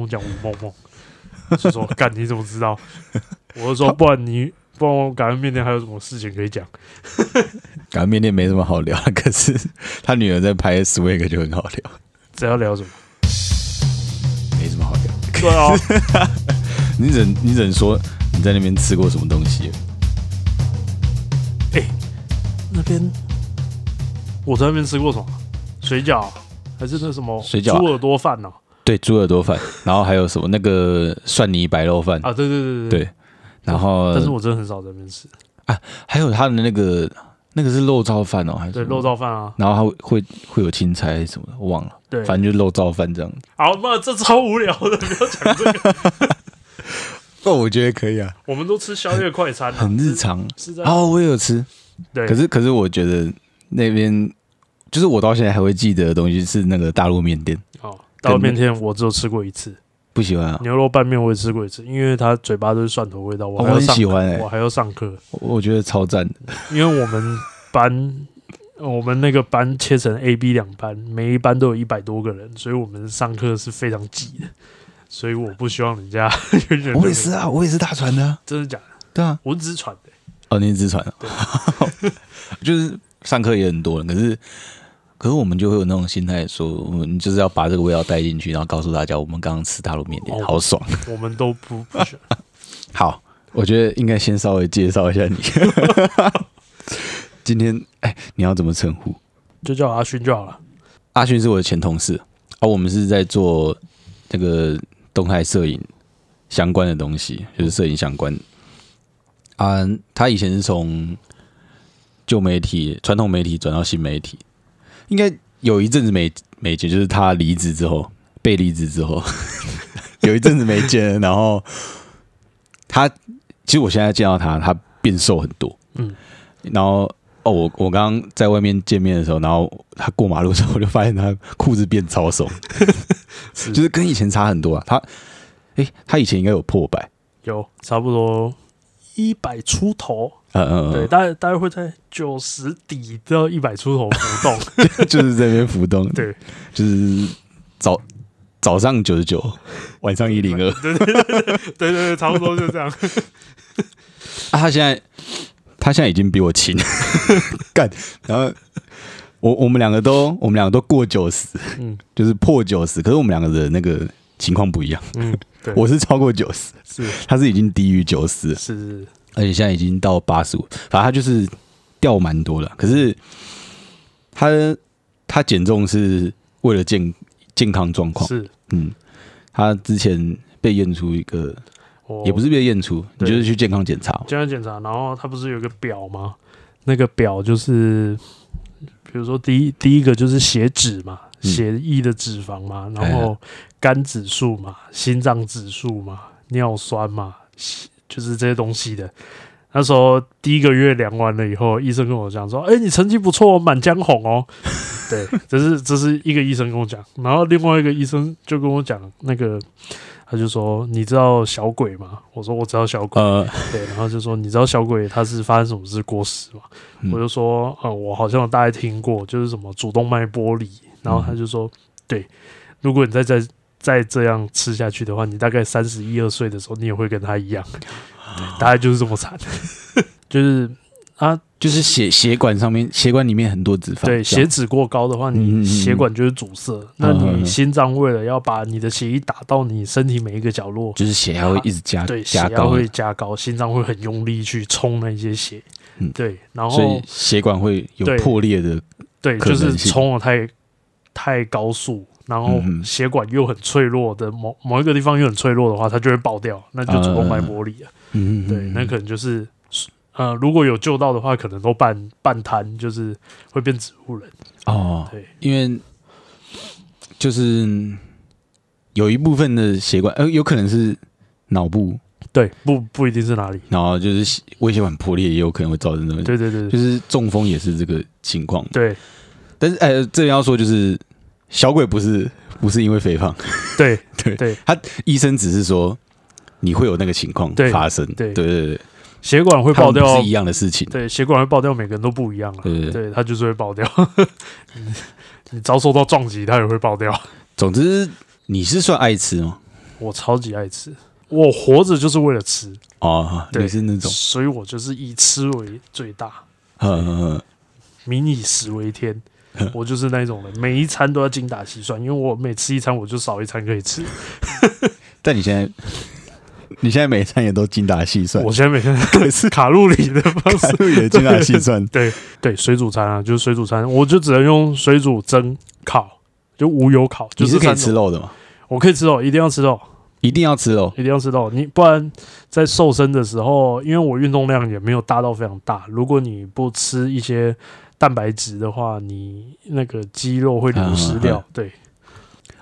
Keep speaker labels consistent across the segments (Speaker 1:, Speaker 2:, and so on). Speaker 1: 我讲吴梦梦，就说干你怎么知道？ 我就说不然你不然我感恩面店还有什么事情可以讲？
Speaker 2: 感觉面店没什么好聊， 可是他女儿在拍 swag 就很好聊，
Speaker 1: 只要聊什么？
Speaker 2: 没什么好聊。
Speaker 1: 对 啊，
Speaker 2: 你忍你忍说你在那边吃过什么东西？
Speaker 1: 哎、那边我在那边吃过什么？水饺啊还是那什么
Speaker 2: 水饺啊
Speaker 1: 猪耳朵饭呢、
Speaker 2: 对，猪耳朵饭，然后还有什么那个蒜泥白肉饭，
Speaker 1: 啊？对对对对
Speaker 2: 对呃然后
Speaker 1: 但是我真的很少在那边吃，
Speaker 2: 还有他的那个那个是肉燥饭哦，还是
Speaker 1: 对
Speaker 2: 什么
Speaker 1: 肉，燥饭啊，
Speaker 2: 然后他会会会有青菜还是什么的，我忘了，
Speaker 1: 对，
Speaker 2: 反正就是肉燥饭这样。
Speaker 1: 好，妈，这超无聊的， 不要讲这个，
Speaker 2: 哦，我觉得可以啊，
Speaker 1: 我们都吃宵夜快餐、啊，
Speaker 2: 很日常。
Speaker 1: 是在、
Speaker 2: 哦，我也有吃，
Speaker 1: 对，
Speaker 2: 可是可是我觉得那边就是我到现在还会记得的东西是那个大陆面店，
Speaker 1: 哦，大陆面店我只有吃过一次，
Speaker 2: 不喜欢啊，
Speaker 1: 牛肉拌面我也吃过一次，因为它嘴巴都是蒜头味道，我
Speaker 2: 哦
Speaker 1: 还要
Speaker 2: 我很
Speaker 1: 上
Speaker 2: 喜欢欸
Speaker 1: 我还要上课，
Speaker 2: 我我觉得超赞的。
Speaker 1: 因为我们班。我们那个班切成 A、B 两班，每一班都有一百多个人，所以我们上课是非常挤的，所以我不希望人家 有人
Speaker 2: 我也是，啊，我也是大船的、啊，
Speaker 1: 真的假的？
Speaker 2: 对啊，
Speaker 1: 我只喘的、
Speaker 2: 哦，你是直船、啊， 就是上课也很多人，可是可是我们就会有那种心态说，我们就是要把这个味道带进去，然后告诉大家我们刚刚吃大陆面店、
Speaker 1: 哦
Speaker 2: 好爽。
Speaker 1: 我们都不不喜欢。
Speaker 2: 好，我觉得应该先稍微介绍一下 你。今天哎，你要怎么称呼？
Speaker 1: 就叫阿勋就好了。
Speaker 2: 阿勋是我的前同事，啊，我们是在做这个动态摄影相关的东西，就是摄影相关。啊，他以前是从旧媒体、传统媒体转到新媒体，应该有一阵子没没见，就是他离职之后，被离职之后， 有一阵子没见，然后他其实我现在见到他，他变瘦很多，
Speaker 1: 嗯，
Speaker 2: 然后哦，我我刚刚在外面见面的时候，然后他过马路的时候，我就发现他裤子变 超松，
Speaker 1: 是
Speaker 2: 就是跟以前差很多啊。他，诶，他以前应该有破百，
Speaker 1: 有差不多一百出头，
Speaker 2: 嗯嗯
Speaker 1: 对，
Speaker 2: 嗯
Speaker 1: 大概大概会在九十底到一百出头浮动。，
Speaker 2: 就是在那边浮动，
Speaker 1: 对，
Speaker 2: 就是早早上九十九，晚上一零二。
Speaker 1: 对对对对对对，差不多就这样。
Speaker 2: 啊，他现在他现在已经比 我轻，干，然后我我们两个都我们两个都过九十，
Speaker 1: 嗯
Speaker 2: 就是破九十，可是我们两个的那个情况不一样，
Speaker 1: 嗯，对，
Speaker 2: 我是超过九十，
Speaker 1: 是
Speaker 2: 他是已经低于九十，
Speaker 1: 是是，
Speaker 2: 而且现在已经到八十五，反正他就是掉蛮多了。可是他他减重是为了健健康状况，
Speaker 1: 是
Speaker 2: 嗯，他之前被验出一个，
Speaker 1: 我
Speaker 2: 也不是被验出，你
Speaker 1: 哦对
Speaker 2: 就是去健康检查嘛，
Speaker 1: 健康检查，然后它不是有个表吗？那个表就是，比如说第一第一个就是血脂嘛，
Speaker 2: 嗯
Speaker 1: 血液的脂肪嘛，然后肝指数嘛，心脏指数嘛，尿酸嘛，血就是这些东西的。那时候第一个月量完了以后，医生跟我讲说：“哎、你成绩不错哦，满江红哦。”对，这是这是一个医生跟我讲，然后另外一个医生就跟我讲那个，他就说：“你知道小鬼吗？”我说：“我知道小鬼。”
Speaker 2: 呃，
Speaker 1: 对，然后就说你知道小鬼他是发生什么事过世吗？
Speaker 2: 嗯
Speaker 1: 我就说，呃，我好像有大概听过，就是什么主动脉剥离。然后
Speaker 2: 嗯
Speaker 1: 他就说，对，如果你再再再这样吃下去的话，你大概三十一二岁的时候，你也会跟他一样，对，
Speaker 2: 啊
Speaker 1: 大概就是这么 惨，就是啊，
Speaker 2: 就是血血管上面血管里面很多脂肪，
Speaker 1: 对，
Speaker 2: 这
Speaker 1: 血
Speaker 2: 样
Speaker 1: 脂过高的话，
Speaker 2: 嗯嗯嗯
Speaker 1: 你
Speaker 2: 嗯
Speaker 1: 血管就是阻塞，那
Speaker 2: 嗯嗯
Speaker 1: 你
Speaker 2: 嗯
Speaker 1: 心脏为了要把你的血液打到你身体每一个角落，
Speaker 2: 就是血压会一直加
Speaker 1: 对，血
Speaker 2: 加
Speaker 1: 压
Speaker 2: 高，啊
Speaker 1: 会加高，心脏会很用力去冲那些血。
Speaker 2: 嗯
Speaker 1: 对，然
Speaker 2: 所
Speaker 1: 后
Speaker 2: 以血管会有
Speaker 1: 对
Speaker 2: 破裂的，
Speaker 1: 对，
Speaker 2: 可
Speaker 1: 就
Speaker 2: 能
Speaker 1: 是
Speaker 2: 性
Speaker 1: 冲的太太高速，然后
Speaker 2: 嗯哼
Speaker 1: 血管又很脆弱的某某一个地方又很脆弱的话，它就会爆掉，那就主动脉
Speaker 2: 嗯
Speaker 1: 剥离了。
Speaker 2: 嗯，嗯
Speaker 1: 对，那可能就是呃，如果有救到的话，可能都半半瘫，就是会变植物人。
Speaker 2: 哦，
Speaker 1: 对，
Speaker 2: 因为就是有一部分的血管，呃，有可能是脑部，
Speaker 1: 对，不不一定是哪里。
Speaker 2: 然后就是血微血管破裂，也有可能会造成这种，
Speaker 1: 对对对
Speaker 2: 嗯就
Speaker 1: 对
Speaker 2: 是中风也是这个情况。
Speaker 1: 对
Speaker 2: 但是，呃，这边要说就是小鬼不是不是因为肥胖，
Speaker 1: 对
Speaker 2: 医生只是说你会有那个情况
Speaker 1: 对
Speaker 2: 发生，
Speaker 1: 对
Speaker 2: 对对对，
Speaker 1: 血管会爆
Speaker 2: 他们
Speaker 1: 掉
Speaker 2: 不是，一样的事情，
Speaker 1: 对，血管会爆掉，每个人都不一样啊。
Speaker 2: 对对对。
Speaker 1: 对，它就是会爆掉。 你你遭受到撞击，它也会爆掉。
Speaker 2: 总之，你是算爱吃吗？
Speaker 1: 我超级爱吃，我活着就是为了吃，
Speaker 2: 哦，
Speaker 1: 对
Speaker 2: 你是那种，
Speaker 1: 所以我就是以吃为最大，
Speaker 2: 嗯嗯
Speaker 1: 民以食为天。我就是那一种人，每一餐都要精打细算，因为我每吃一餐我就少一餐可以吃。
Speaker 2: 但你现在， 你现在每餐也都精打细算
Speaker 1: 我，现在每天
Speaker 2: 可是
Speaker 1: 卡路里的 方式，
Speaker 2: 路也精打细 算，
Speaker 1: 对对，水煮餐啊，就是水煮餐，我就只能用水煮、蒸、烤，就无油烤，就
Speaker 2: 你是可以
Speaker 1: 三
Speaker 2: 吃
Speaker 1: 种。
Speaker 2: 肉的嘛？
Speaker 1: 我可以吃肉，一定要吃肉，
Speaker 2: 一定要吃肉
Speaker 1: 一定要吃肉。你不然在瘦身的时候，因为我运动量也没有大到非常大，如果你不吃一些蛋白质的话，你那个肌肉会流失掉。
Speaker 2: 嗯嗯
Speaker 1: 对，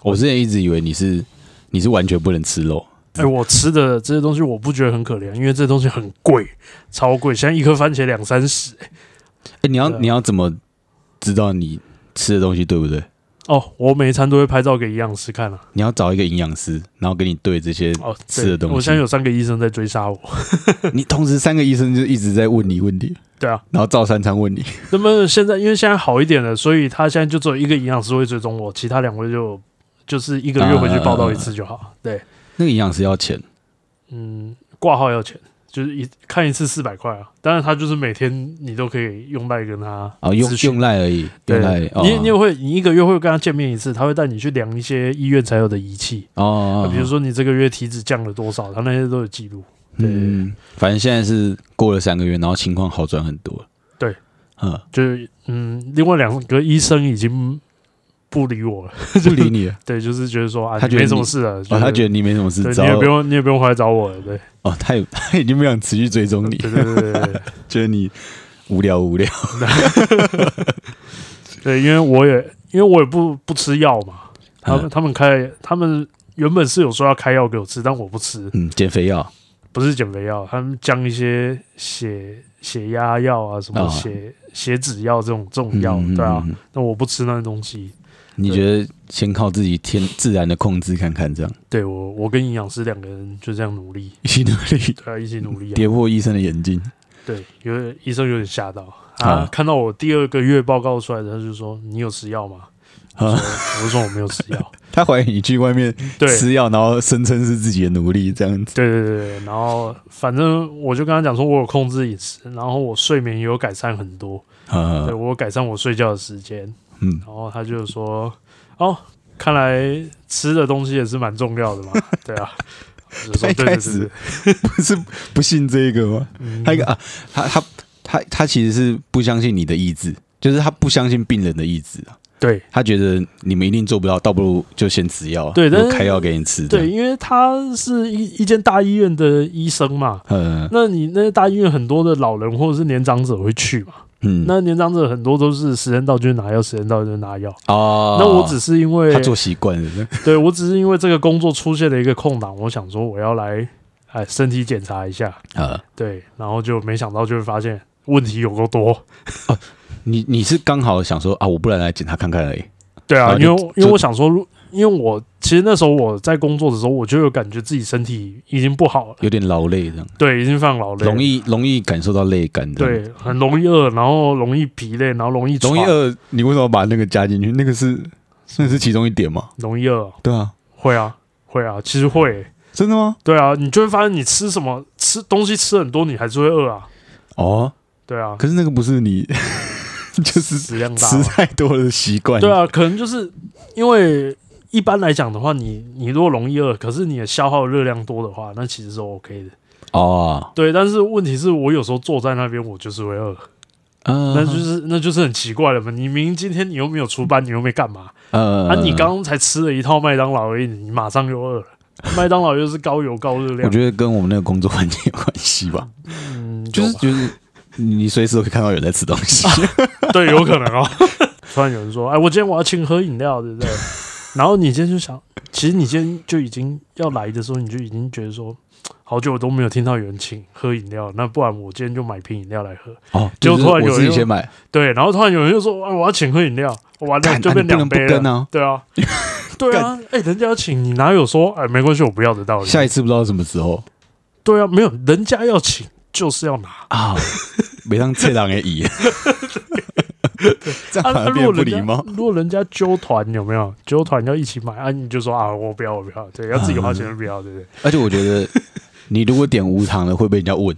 Speaker 2: 我之前一直以为你是你是完全不能吃肉，
Speaker 1: 哎、我吃的这些东西我不觉得很可怜，因为这东西很贵，超贵，现在一颗番茄两三十、哎
Speaker 2: 哎、你要
Speaker 1: 对啊
Speaker 2: 你要怎么知道你吃的东西对不对？
Speaker 1: 哦，我每一餐都会拍照给营养师看啊。
Speaker 2: 你要找一个营养师，然后给你对这些，
Speaker 1: 哦，
Speaker 2: 吃的
Speaker 1: 对
Speaker 2: 东西
Speaker 1: 我现在有三个医生在追杀我。
Speaker 2: 你同时三个医生就一直在问你问题，
Speaker 1: 对啊，
Speaker 2: 然后照三餐问你，
Speaker 1: 那么现在因为现在好一点了，所以他现在就只有一个营养师会追踪我，其他两位就就是一个月回去报道一次就好。
Speaker 2: 啊
Speaker 1: 对，
Speaker 2: 那个营养师要钱，
Speaker 1: 嗯，挂号要钱，就是一看一次四百块啊。当然，他就是每天你都可以用赖跟他
Speaker 2: 啊，用
Speaker 1: 咨询
Speaker 2: 用赖而已，
Speaker 1: 对
Speaker 2: 用赖。哦
Speaker 1: 你你也会，你一个月会跟他见面一次，他会带你去量一些医院才有的仪器，
Speaker 2: 哦哦，哦
Speaker 1: 比如，说你这个月体脂降了多少，他那些都有记录。
Speaker 2: 嗯，反正现在是过了三个月，然后情况好转很多。
Speaker 1: 对，
Speaker 2: 嗯，
Speaker 1: 就是嗯，另外两个医生已经不理我了，
Speaker 2: 不理你了，
Speaker 1: 对，就是觉得说啊，
Speaker 2: 他
Speaker 1: 你
Speaker 2: 觉得
Speaker 1: 没什么
Speaker 2: 你
Speaker 1: 事了，就
Speaker 2: 哦，
Speaker 1: 是
Speaker 2: 他 觉得你没什么事，
Speaker 1: 对，
Speaker 2: 只
Speaker 1: 你也
Speaker 2: 要
Speaker 1: 不用，你也不用回来找我了，对，
Speaker 2: 哦，他也 他已经不想持续追踪你，
Speaker 1: 对对对对对
Speaker 2: 觉得你无聊无聊。
Speaker 1: 对，因为我也因为我也不不吃药嘛，他们
Speaker 2: 嗯
Speaker 1: 他们开他们原本是有说要开药给我吃，但我不吃，
Speaker 2: 嗯，减肥药
Speaker 1: 不是减肥药，他们将一些血血压药啊，什么
Speaker 2: 啊
Speaker 1: 血血脂药这种这种药，
Speaker 2: 嗯
Speaker 1: 对啊
Speaker 2: 嗯，嗯
Speaker 1: 那我不吃那些东西，
Speaker 2: 你
Speaker 1: 对
Speaker 2: 觉得先靠自己天自然的控制看 看，这样
Speaker 1: 对我我跟营养师两个人就这样努力，
Speaker 2: 一起努力
Speaker 1: 对啊，一起努力啊，
Speaker 2: 跌破医生的眼镜。
Speaker 1: 对，有点医生有点吓到啊
Speaker 2: 啊，
Speaker 1: 看到我第二个月报告出来，他就说你有吃药吗？我
Speaker 2: 啊
Speaker 1: 说我就说我没有吃药。
Speaker 2: 他怀疑你去外面
Speaker 1: 对
Speaker 2: 吃药，然后声称是自己的努力这样子。
Speaker 1: 对对对对，然后反正我就跟他讲说，我有控制饮食，然后我睡眠也有改善很多，
Speaker 2: 啊
Speaker 1: 对，我有改善我睡觉的时间，
Speaker 2: 嗯，
Speaker 1: 然后他就说，哦，看来吃的东西也是蛮重要 的嘛，对啊，我就说
Speaker 2: 他一
Speaker 1: 对对
Speaker 2: 开
Speaker 1: 对
Speaker 2: 始
Speaker 1: 对，
Speaker 2: 不是不信这个吗？
Speaker 1: 嗯
Speaker 2: 他一个啊，他他他他其实是不相信你的意志，就是他不相信病人的意志啊。
Speaker 1: 对
Speaker 2: 他觉得你们一定做不到，倒不如就先吃药啊，
Speaker 1: 对但是
Speaker 2: 我开药给你吃。
Speaker 1: 对，，因为他是一一间大医院的医生嘛。
Speaker 2: 嗯
Speaker 1: 那你那大医院很多的老人或者是年长者会去嘛？
Speaker 2: 嗯，
Speaker 1: 那年长者很多都是时间到就拿药，时间到就拿药。
Speaker 2: 哦，
Speaker 1: 那我只是因为
Speaker 2: 他做习惯了，
Speaker 1: 对我只是因为这个工作出现了一个空档，我想说我要来哎身体检查一下，
Speaker 2: 啊，
Speaker 1: 对，然后就没想到就会发现问题有够多，
Speaker 2: 你你是刚好想说啊，我不然来检查看看而已，
Speaker 1: 对啊，
Speaker 2: 啊
Speaker 1: 因
Speaker 2: 就
Speaker 1: 为因为
Speaker 2: 就
Speaker 1: 我想说，如因为我其实那时候我在工作的时候，我就有感觉自己身体已经不好了，
Speaker 2: 有点劳累这样，
Speaker 1: 对，已经非常劳累，
Speaker 2: 容易容易感受到累感，这样，
Speaker 1: 对，很容易饿，然后容易疲累，然后容易
Speaker 2: 容易
Speaker 1: 喘，
Speaker 2: 饿，你为什么把那个加进去？那个是那是其中一点吗？
Speaker 1: 容易饿，
Speaker 2: 对啊，
Speaker 1: 会啊会啊，其实会，
Speaker 2: 真的吗？
Speaker 1: 对啊，你就会发现你吃什么吃东西吃很多，你还是会饿啊，
Speaker 2: 哦，
Speaker 1: 对啊，
Speaker 2: 可是那个不是你， 就是
Speaker 1: 食量大
Speaker 2: 吃
Speaker 1: 嘛。
Speaker 2: 太多的习惯，
Speaker 1: 对，啊，可能就是因为一般来讲的话，你你如果容易饿，可是你的消耗热量多的话，那其实是 OK 的。
Speaker 2: 哦，
Speaker 1: 对，但是问题是我有时候坐在那边，我就是会饿，
Speaker 2: 嗯
Speaker 1: 那就是那就是很奇怪了嘛。你明明今天你又没有出班，你又没干嘛，
Speaker 2: 呃
Speaker 1: 啊，你刚刚才吃了一套麦当劳而已，你马上又饿了。麦当劳又是高油高热
Speaker 2: 我
Speaker 1: 量，
Speaker 2: 觉得跟我们那个工作环境有关系吧，
Speaker 1: 嗯，
Speaker 2: 就是
Speaker 1: 有吧
Speaker 2: 就是你随时会看到有人在吃东 西，
Speaker 1: 对，有可能哦。 突然有人说：“哎，我今天我要请喝饮料，对不 对？”然后你今天就想，其实你今天就已经要来的时候，你就已经觉得说，好久都没有听到有人请喝饮料，那不然我今天就买瓶饮料来喝。
Speaker 2: 哦，
Speaker 1: 结果
Speaker 2: 是
Speaker 1: 突然有
Speaker 2: 我
Speaker 1: 人
Speaker 2: 自己
Speaker 1: 又
Speaker 2: 先买，
Speaker 1: 对，然后突然有人就说：“哎，我要请喝饮料，完了
Speaker 2: 干
Speaker 1: 就
Speaker 2: 啊
Speaker 1: 变
Speaker 2: 你不
Speaker 1: 两
Speaker 2: 能不
Speaker 1: 杯
Speaker 2: 跟
Speaker 1: 了。
Speaker 2: 啊，
Speaker 1: 对 啊，对啊，哎，人家要请你，哪有说哎没关系，我不要的道理？
Speaker 2: 下一次不知道什么时候
Speaker 1: 对啊，没有， 人家要请就是要拿。
Speaker 2: 啊，每当这人的椅，这
Speaker 1: 啊，
Speaker 2: 样反
Speaker 1: 啊
Speaker 2: 而
Speaker 1: 如
Speaker 2: 变
Speaker 1: 果
Speaker 2: 得不
Speaker 1: 人
Speaker 2: 礼
Speaker 1: 家
Speaker 2: 貌。
Speaker 1: 如果人家揪团有没有？揪团要一起买啊，你就说啊，我不要，我不要，对，要自己花钱就不要， 对不对？
Speaker 2: 而且我觉 得，你如果点无糖的，会被人家问。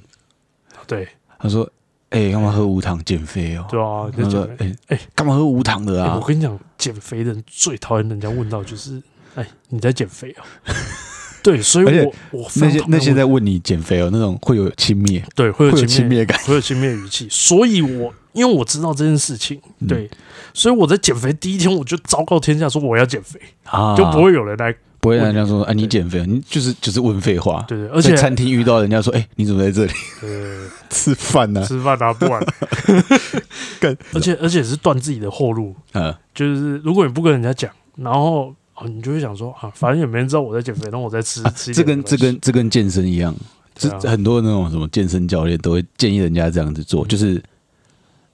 Speaker 1: 对
Speaker 2: 他说：“哎、干嘛喝无糖减肥哦？”
Speaker 1: 对啊，
Speaker 2: 他
Speaker 1: 就
Speaker 2: 说
Speaker 1: 讲，：“
Speaker 2: 哎、
Speaker 1: 哎
Speaker 2: 干嘛喝无糖的
Speaker 1: 欸
Speaker 2: 啊
Speaker 1: 我跟你讲，减肥的人最讨厌人家问到就是，哎，你在减肥哦、 对，所以
Speaker 2: 而且
Speaker 1: 我啊我？”非
Speaker 2: 那
Speaker 1: 常
Speaker 2: 些
Speaker 1: 讨厌
Speaker 2: 那些
Speaker 1: 问
Speaker 2: 在问你减肥哦，那种会有轻蔑，
Speaker 1: 对会
Speaker 2: 会
Speaker 1: 有
Speaker 2: 有
Speaker 1: 轻
Speaker 2: 轻
Speaker 1: 蔑，
Speaker 2: 蔑感。
Speaker 1: 会有轻蔑语气，所以我因为我知道这件事情，
Speaker 2: 嗯
Speaker 1: 对，所以我在减肥第一天我就昭告天下说我要减肥，
Speaker 2: 啊
Speaker 1: 就不会有人来，
Speaker 2: 不会让人家说：“哎、你
Speaker 1: 对
Speaker 2: 减肥哦，你就是就是问废话。”
Speaker 1: 对对，而
Speaker 2: 在
Speaker 1: 且
Speaker 2: 餐厅遇到人家说：“哎、你怎么在这里
Speaker 1: 呃
Speaker 2: 吃饭呢、
Speaker 1: 吃饭啊不玩，
Speaker 2: 干
Speaker 1: 而且而且是断自己的后路，
Speaker 2: 嗯，
Speaker 1: 就是如果你不跟人家讲，然后。哦，你就会想说啊，反正也没人知道我在减肥，那我在吃、
Speaker 2: 啊
Speaker 1: 吃一
Speaker 2: 这
Speaker 1: 点没
Speaker 2: 跟
Speaker 1: 关
Speaker 2: 这
Speaker 1: 系
Speaker 2: 跟这跟健身一样，这、
Speaker 1: 对啊
Speaker 2: 很多那种什么健身教练都会建议人家这样
Speaker 1: 嗯
Speaker 2: 子做，就是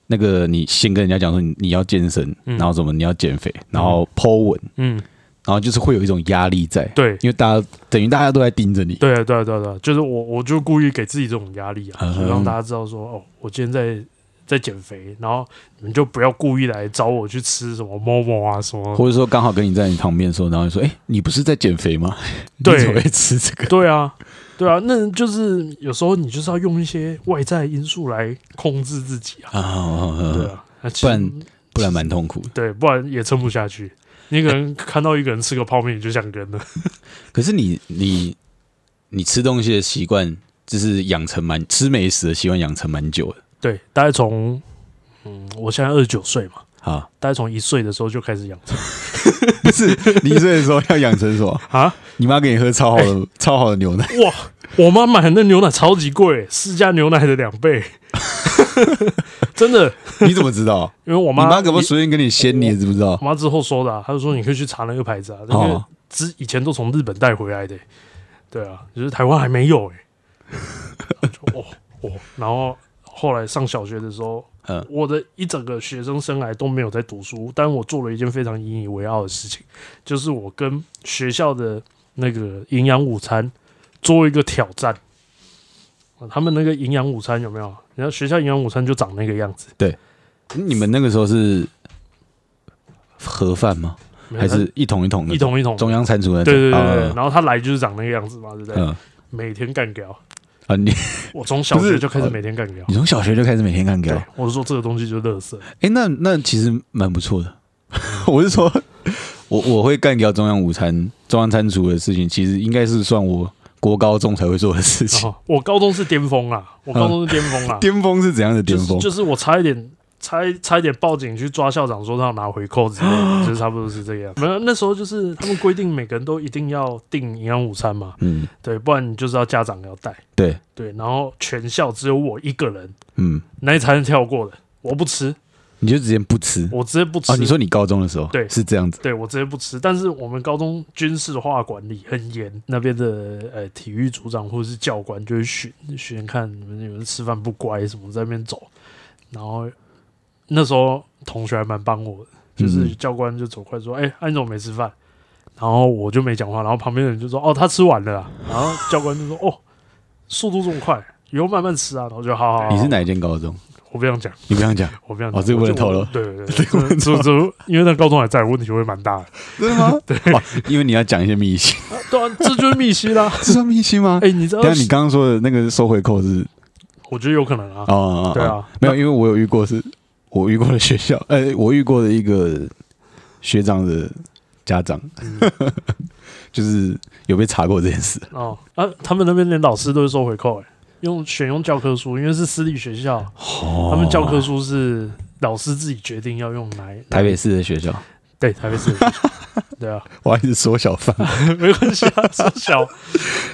Speaker 2: 那个你先跟人家讲说你你要健身，
Speaker 1: 嗯
Speaker 2: 然后什么你要减肥，然后 Po 文，
Speaker 1: 嗯，
Speaker 2: 然后就是会有一种压力在，
Speaker 1: 对，
Speaker 2: 因为大家等于大家都在盯着你，
Speaker 1: 对啊，对啊，对啊，对啊，就是我，我就故意给自己这种压力啊，
Speaker 2: 嗯
Speaker 1: 就让大家知道说，哦，我今天在在减肥，然后你们就不要故意来找我去吃什么某某啊什么。
Speaker 2: 或者说刚好跟你在你旁边的时候，然后你说哎、你不是在减肥吗？ 你
Speaker 1: 对
Speaker 2: 怎么会吃这个？
Speaker 1: 对啊，对啊，那就是有时候你就是要用一些外在因素来控制自己啊，
Speaker 2: 啊啊啊
Speaker 1: 对
Speaker 2: 啊，
Speaker 1: 啊，那其实
Speaker 2: 不然不然蛮痛苦的。
Speaker 1: 对，不然也撑不下去。你可能看到一个人吃个泡面，你就想跟了。
Speaker 2: 可是你你你吃东西的习惯，就是养成蛮吃美食的习惯，养成蛮久的
Speaker 1: 对，大概从嗯，我现在二十九岁嘛，
Speaker 2: 啊。
Speaker 1: 大概从一岁的时候就开始养成
Speaker 2: 不是你一岁的时候要养成什么？
Speaker 1: 啊。
Speaker 2: 你妈给你喝超好的、超好的牛奶，
Speaker 1: 哇，我妈买的那牛奶超级贵，私家牛奶的两 倍， 真的。
Speaker 2: 你怎么知道？
Speaker 1: 因为我
Speaker 2: 你
Speaker 1: 妈，
Speaker 2: 妈可不随便跟你掀，你也知不知道
Speaker 1: 我？妈之后说的、啊，她就说你可以去查那个牌子啊，因为
Speaker 2: 哦
Speaker 1: 之以前都从日本带回来的、对啊，就是台湾还没 有哎、然后就哦哦，然后后来上小学的时候，
Speaker 2: 嗯
Speaker 1: 我的一整个学生生涯都没有在读书，但我做了一件非常引以为傲的事情，就是我跟学校的那个营养午餐做一个挑战。啊他们那个营养午餐有没有？然后学校营养午餐就长那个样子，
Speaker 2: 你们那个时候是盒饭吗？
Speaker 1: 没有
Speaker 2: 还是一桶一桶
Speaker 1: 它
Speaker 2: 的
Speaker 1: 一桶一桶？
Speaker 2: 中央餐厨那种？
Speaker 1: 对对对对，
Speaker 2: 啊
Speaker 1: 然后他来就是长那个样子嘛，对不对？
Speaker 2: 嗯
Speaker 1: 每天干掉，
Speaker 2: 啊，你
Speaker 1: 我从小
Speaker 2: 不
Speaker 1: 学
Speaker 2: 是
Speaker 1: 就开始每天干掉。
Speaker 2: 你从小学就开始每天干掉
Speaker 1: 对？，我是说这个东西就是垃圾。
Speaker 2: 哎、那那其实蛮不错的。 我是说，我我会干掉中央午餐、中央餐厨的事情，其实应该是算我国高中才会做的事
Speaker 1: 然
Speaker 2: 情。，
Speaker 1: 后我高中是巅峰啦，我高中是巅峰啦
Speaker 2: 哦
Speaker 1: 啊
Speaker 2: 巅峰是怎样嗯 的巅
Speaker 1: 就是
Speaker 2: 峰？
Speaker 1: 就是我差一点。差一差一点报警去抓校长，说他要拿回扣之类 的，就是差不多是这个样。没有那时候就是他们规定每个人都一定要订营养午餐嘛，
Speaker 2: 嗯，
Speaker 1: 对，不然你就是要家长要带，
Speaker 2: 对，
Speaker 1: 对，然后全校只有我一个人，
Speaker 2: 嗯，
Speaker 1: 那一餐跳过的，我不吃，
Speaker 2: 你就直接不吃
Speaker 1: 我直接不吃。
Speaker 2: 哦？你说你高中的时候，
Speaker 1: 对
Speaker 2: 是这样子
Speaker 1: 对我直接不吃，但是我们高中军事化管理很严，那边的呃体育组长或者是教官就会巡巡看你们有人吃饭不乖什么在那边走，然后那时候同学还蛮帮我的，就是
Speaker 2: 嗯
Speaker 1: 教官就走过来说：“哎、安总没吃饭。”然后我就没讲话，然后旁边的人就说：“哦，他吃完了啊。”然后教官就说：“哦，速度这么快，以后慢慢吃啊。”然后就好好好，
Speaker 2: 你是哪一间高中？
Speaker 1: 我不想讲，
Speaker 2: 你不想讲，
Speaker 1: 我不想
Speaker 2: 哦
Speaker 1: 讲，
Speaker 2: 这个
Speaker 1: 我
Speaker 2: 不能
Speaker 1: 就
Speaker 2: 透 露
Speaker 1: 对对对，这这这，因为那高中还在，问题会蛮大的。
Speaker 2: 真的吗？ 对、哦，因为你要讲一些秘 辛，。
Speaker 1: 对啊，这就是密西啦
Speaker 2: 是算秘辛吗？呃
Speaker 1: 哎、你知道
Speaker 2: 等一？下你刚刚说的那个收回扣是
Speaker 1: 我觉得有可能啊。
Speaker 2: 哦哦，哦
Speaker 1: 对，啊，
Speaker 2: 没有，因为我有遇过是，我遇过的学校， 呃，我遇过的一个学长的家长，
Speaker 1: 嗯
Speaker 2: 就是有被查过这件事。
Speaker 1: 哦啊，他们那边连老师都会收回扣、欸，用选用教科书，因为是私立学校，
Speaker 2: 哦
Speaker 1: 他们教科书是老师自己决定要用来
Speaker 2: 台北市的学校，
Speaker 1: 对台北 市的学校，对啊，
Speaker 2: 我还是缩小范 围。
Speaker 1: 没关系啊，缩小。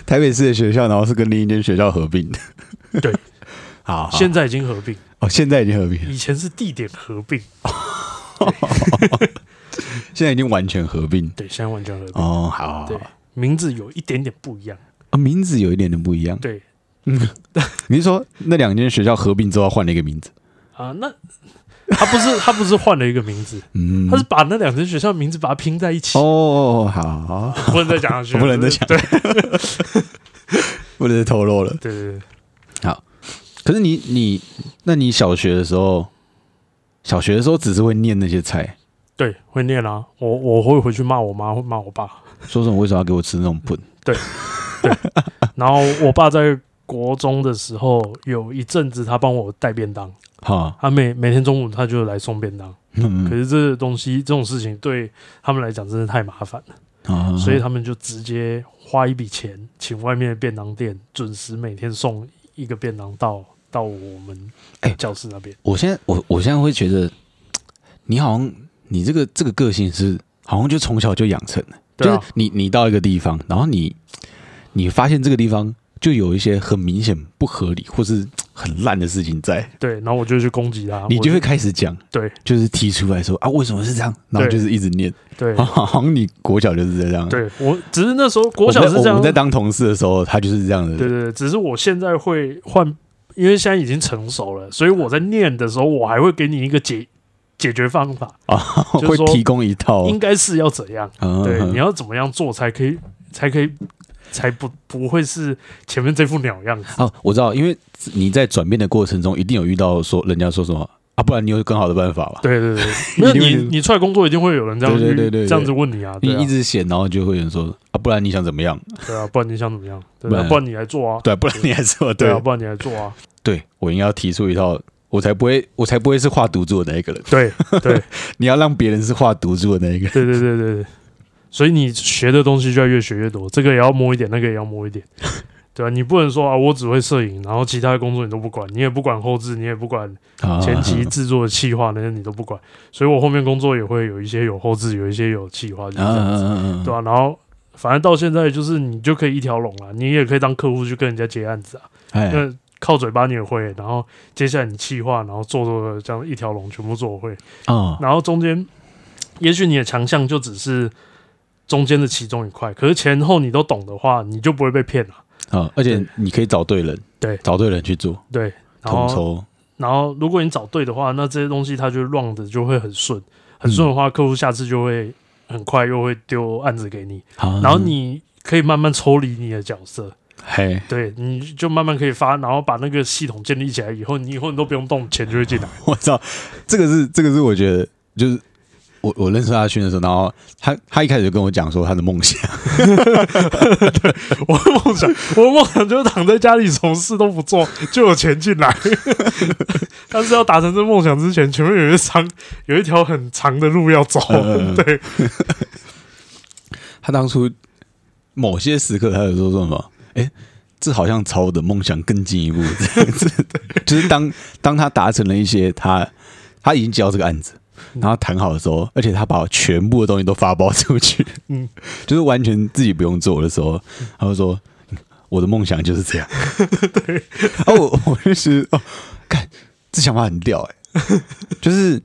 Speaker 2: 台北市的学校，然后是跟另一间学校合并的。
Speaker 1: 对，
Speaker 2: 好，好
Speaker 1: 现在已经合并，
Speaker 2: 哦，现在已经合并了，
Speaker 1: 以前是地点合并，
Speaker 2: 现在已经完全合并。
Speaker 1: 对，现在完全合并，
Speaker 2: 哦，好好好
Speaker 1: 对，名字有一点点不一样，
Speaker 2: 啊，名字有一点点不一样。
Speaker 1: 对
Speaker 2: 你是说那两间学校合并之后换了一个名字？
Speaker 1: 啊，那。他不是，他不是换了一个名字，
Speaker 2: 嗯，
Speaker 1: 他是把那两间学校名字把它拼在一起。
Speaker 2: 哦哦，哦好，好
Speaker 1: 不能再讲下去 了，
Speaker 2: 不能再讲
Speaker 1: 对
Speaker 2: 不能再透露了。
Speaker 1: 对对对，
Speaker 2: 可是你你，那你小学的时候，小学的时候只是会念那些菜，
Speaker 1: 对，会念啊，我我会回去骂我妈，会骂我 爸，
Speaker 2: 说什么为什么要给我吃那种笨？
Speaker 1: 然后我爸在国中的时候有一阵子他帮我带便当，
Speaker 2: 哈，
Speaker 1: 他每每天中午他就来送便当，可
Speaker 2: 嗯，
Speaker 1: 是这个东西这种事情对他们来讲真的太麻烦了，
Speaker 2: 啊
Speaker 1: 所以他们就直接花一笔钱请外面的便当店准时每天送一个便当到到我们
Speaker 2: 哎
Speaker 1: 教室那边，
Speaker 2: 我现在我我现在会觉得，你好像你这个这个个性是好像就从小就养成的，
Speaker 1: 对啊
Speaker 2: 就是，你你到一个地方，然后你你发现这个地方就有一些很明显不合理或是很烂的事情在，
Speaker 1: 对，然后我就去攻击他，
Speaker 2: 你
Speaker 1: 啊我
Speaker 2: 就会开始讲，
Speaker 1: 对，
Speaker 2: 就是提出来说啊为什么是这样，然后
Speaker 1: 对
Speaker 2: 就是一直念，
Speaker 1: 对
Speaker 2: 好好好像你国小就是这样，，
Speaker 1: 对我只是那时候国小是这
Speaker 2: 我
Speaker 1: 样
Speaker 2: 们在，当同事的时候，他就是这样的，
Speaker 1: 对对对，只是我现在会换，因为现在已经成熟了，所以我在念的时候，我还会给你一个解解决方法，
Speaker 2: 啊，
Speaker 1: 就是
Speaker 2: 会
Speaker 1: 说
Speaker 2: 提供一套，
Speaker 1: 应该是要怎样，
Speaker 2: 嗯
Speaker 1: 对，
Speaker 2: 嗯
Speaker 1: 你要怎么样做才可以，才可以，才不不会是前面这副鸟样子。
Speaker 2: 哦，我知道，因为你在转变的过程中，一定有遇到说人家说什么啊，不然你有更好的办法吧？
Speaker 1: 对对对， 没有
Speaker 2: 一定会
Speaker 1: 你，你出来工作一定会有人这样
Speaker 2: 对对对对对
Speaker 1: 这样子问你啊，对
Speaker 2: 你
Speaker 1: 啊
Speaker 2: 一，直写，然后就会有人说啊，不然你想怎么样？
Speaker 1: 对啊，不然你想怎么样？对
Speaker 2: 不
Speaker 1: 啊，
Speaker 2: 然
Speaker 1: 不然你来做啊，
Speaker 2: 对，不然你还说
Speaker 1: 对
Speaker 2: 对
Speaker 1: 啊，，不然你来做啊，
Speaker 2: 对我应该要提出一套，我才不会，我才不会是画毒柱的那一个人。
Speaker 1: 对对，
Speaker 2: 你要让别人是画毒柱的那一个 人。
Speaker 1: 对对对对对，所以你学的东西就要越学越多，这个也要摸一点，那个也要摸一 点，对吧、你不能说啊，我只会摄影，然后其他的工作你都不管，你也不管后置，你也不管
Speaker 2: 啊
Speaker 1: 前期制作的企划那些你都不管，所以我后面工作也会有一些有后置，有一些有企划，就是
Speaker 2: 啊
Speaker 1: 这
Speaker 2: 啊
Speaker 1: 样
Speaker 2: 啊
Speaker 1: 子，
Speaker 2: 啊
Speaker 1: 对吧、然后。反正到现在就是你就可以一条龙了，你也可以当客户去跟人家接案子啊，
Speaker 2: 哎，
Speaker 1: 那靠嘴巴你也会，然后接下来你企划，然后做做做这样一条龙全部做会，
Speaker 2: 哦，
Speaker 1: 然后中间，也许你的强项就只是中间的其中一块，可是前后你都懂的话，你就不会被骗了。
Speaker 2: 啊，而且你可以找对人，
Speaker 1: 对
Speaker 2: 找对人去做
Speaker 1: 对，然
Speaker 2: 统
Speaker 1: 后
Speaker 2: 筹。
Speaker 1: 然后如果你找对的话，那这些东西它就 run 的就会很顺，很顺的
Speaker 2: 嗯
Speaker 1: 话，客户下次就会很快又会丢案子给你，
Speaker 2: 好，
Speaker 1: 然后你可以慢慢抽离你的角色，
Speaker 2: 嘿，
Speaker 1: 对，你就慢慢可以发，然后把那个系统建立起来以后，你以后你都不用动，钱就会进来。
Speaker 2: 我知道，这个是这个是我觉得就是。我我认识阿勋的时候，然后他他一开始就跟我讲说他的梦想，
Speaker 1: 我的梦想， 我的梦想就是躺在家里什么事都不做，就有钱进来。 但是要达成这梦想之前，前面有一长有一条很长的路要走。
Speaker 2: 嗯
Speaker 1: 对，
Speaker 2: 他当初某些时刻，他有说什么？哎、这好像朝我的梦想更进一步。 这就是当当他达成了一些他他已经接到这个案子，然后谈好的时候，而且他把全部的东西都发包出去，
Speaker 1: 嗯
Speaker 2: 嗯，就是完全自己不用做的时候，他就说嗯我的梦想就是这样。 对，哦，我我就是哦，看这想法很屌哎、 就是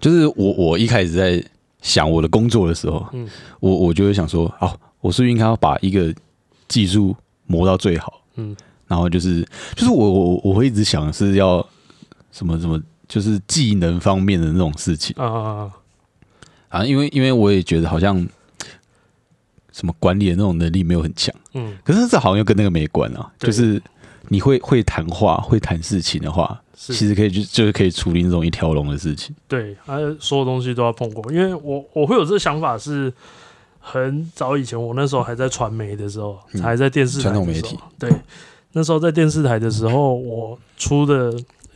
Speaker 2: 就是我我一开始在想我的工作的时候，
Speaker 1: 嗯
Speaker 2: 我我就会想说，哦，我是不是应该要把一个技术磨到最好？
Speaker 1: 嗯
Speaker 2: 嗯，然后就是就是我我我会一直想是要什么什么，就是技能方面的那种事情
Speaker 1: 啊、
Speaker 2: 啊，因为因为我也觉得好像什么管理的那种能力没有很强，
Speaker 1: 嗯，
Speaker 2: 可是这好像又跟那个没关啊，
Speaker 1: 对
Speaker 2: 就是你会会谈话、会谈事情的话，
Speaker 1: 是，
Speaker 2: 其实可以就就是可以处理那种一条龙的事情。
Speaker 1: 对，他所有东西都要碰过。因为我我会有这个想法是很早以前，我那时候还在传媒的时候，
Speaker 2: 嗯
Speaker 1: 还在电视台
Speaker 2: 传
Speaker 1: 的时候
Speaker 2: 统媒体。
Speaker 1: 对，那时候在电视台的时候，我出的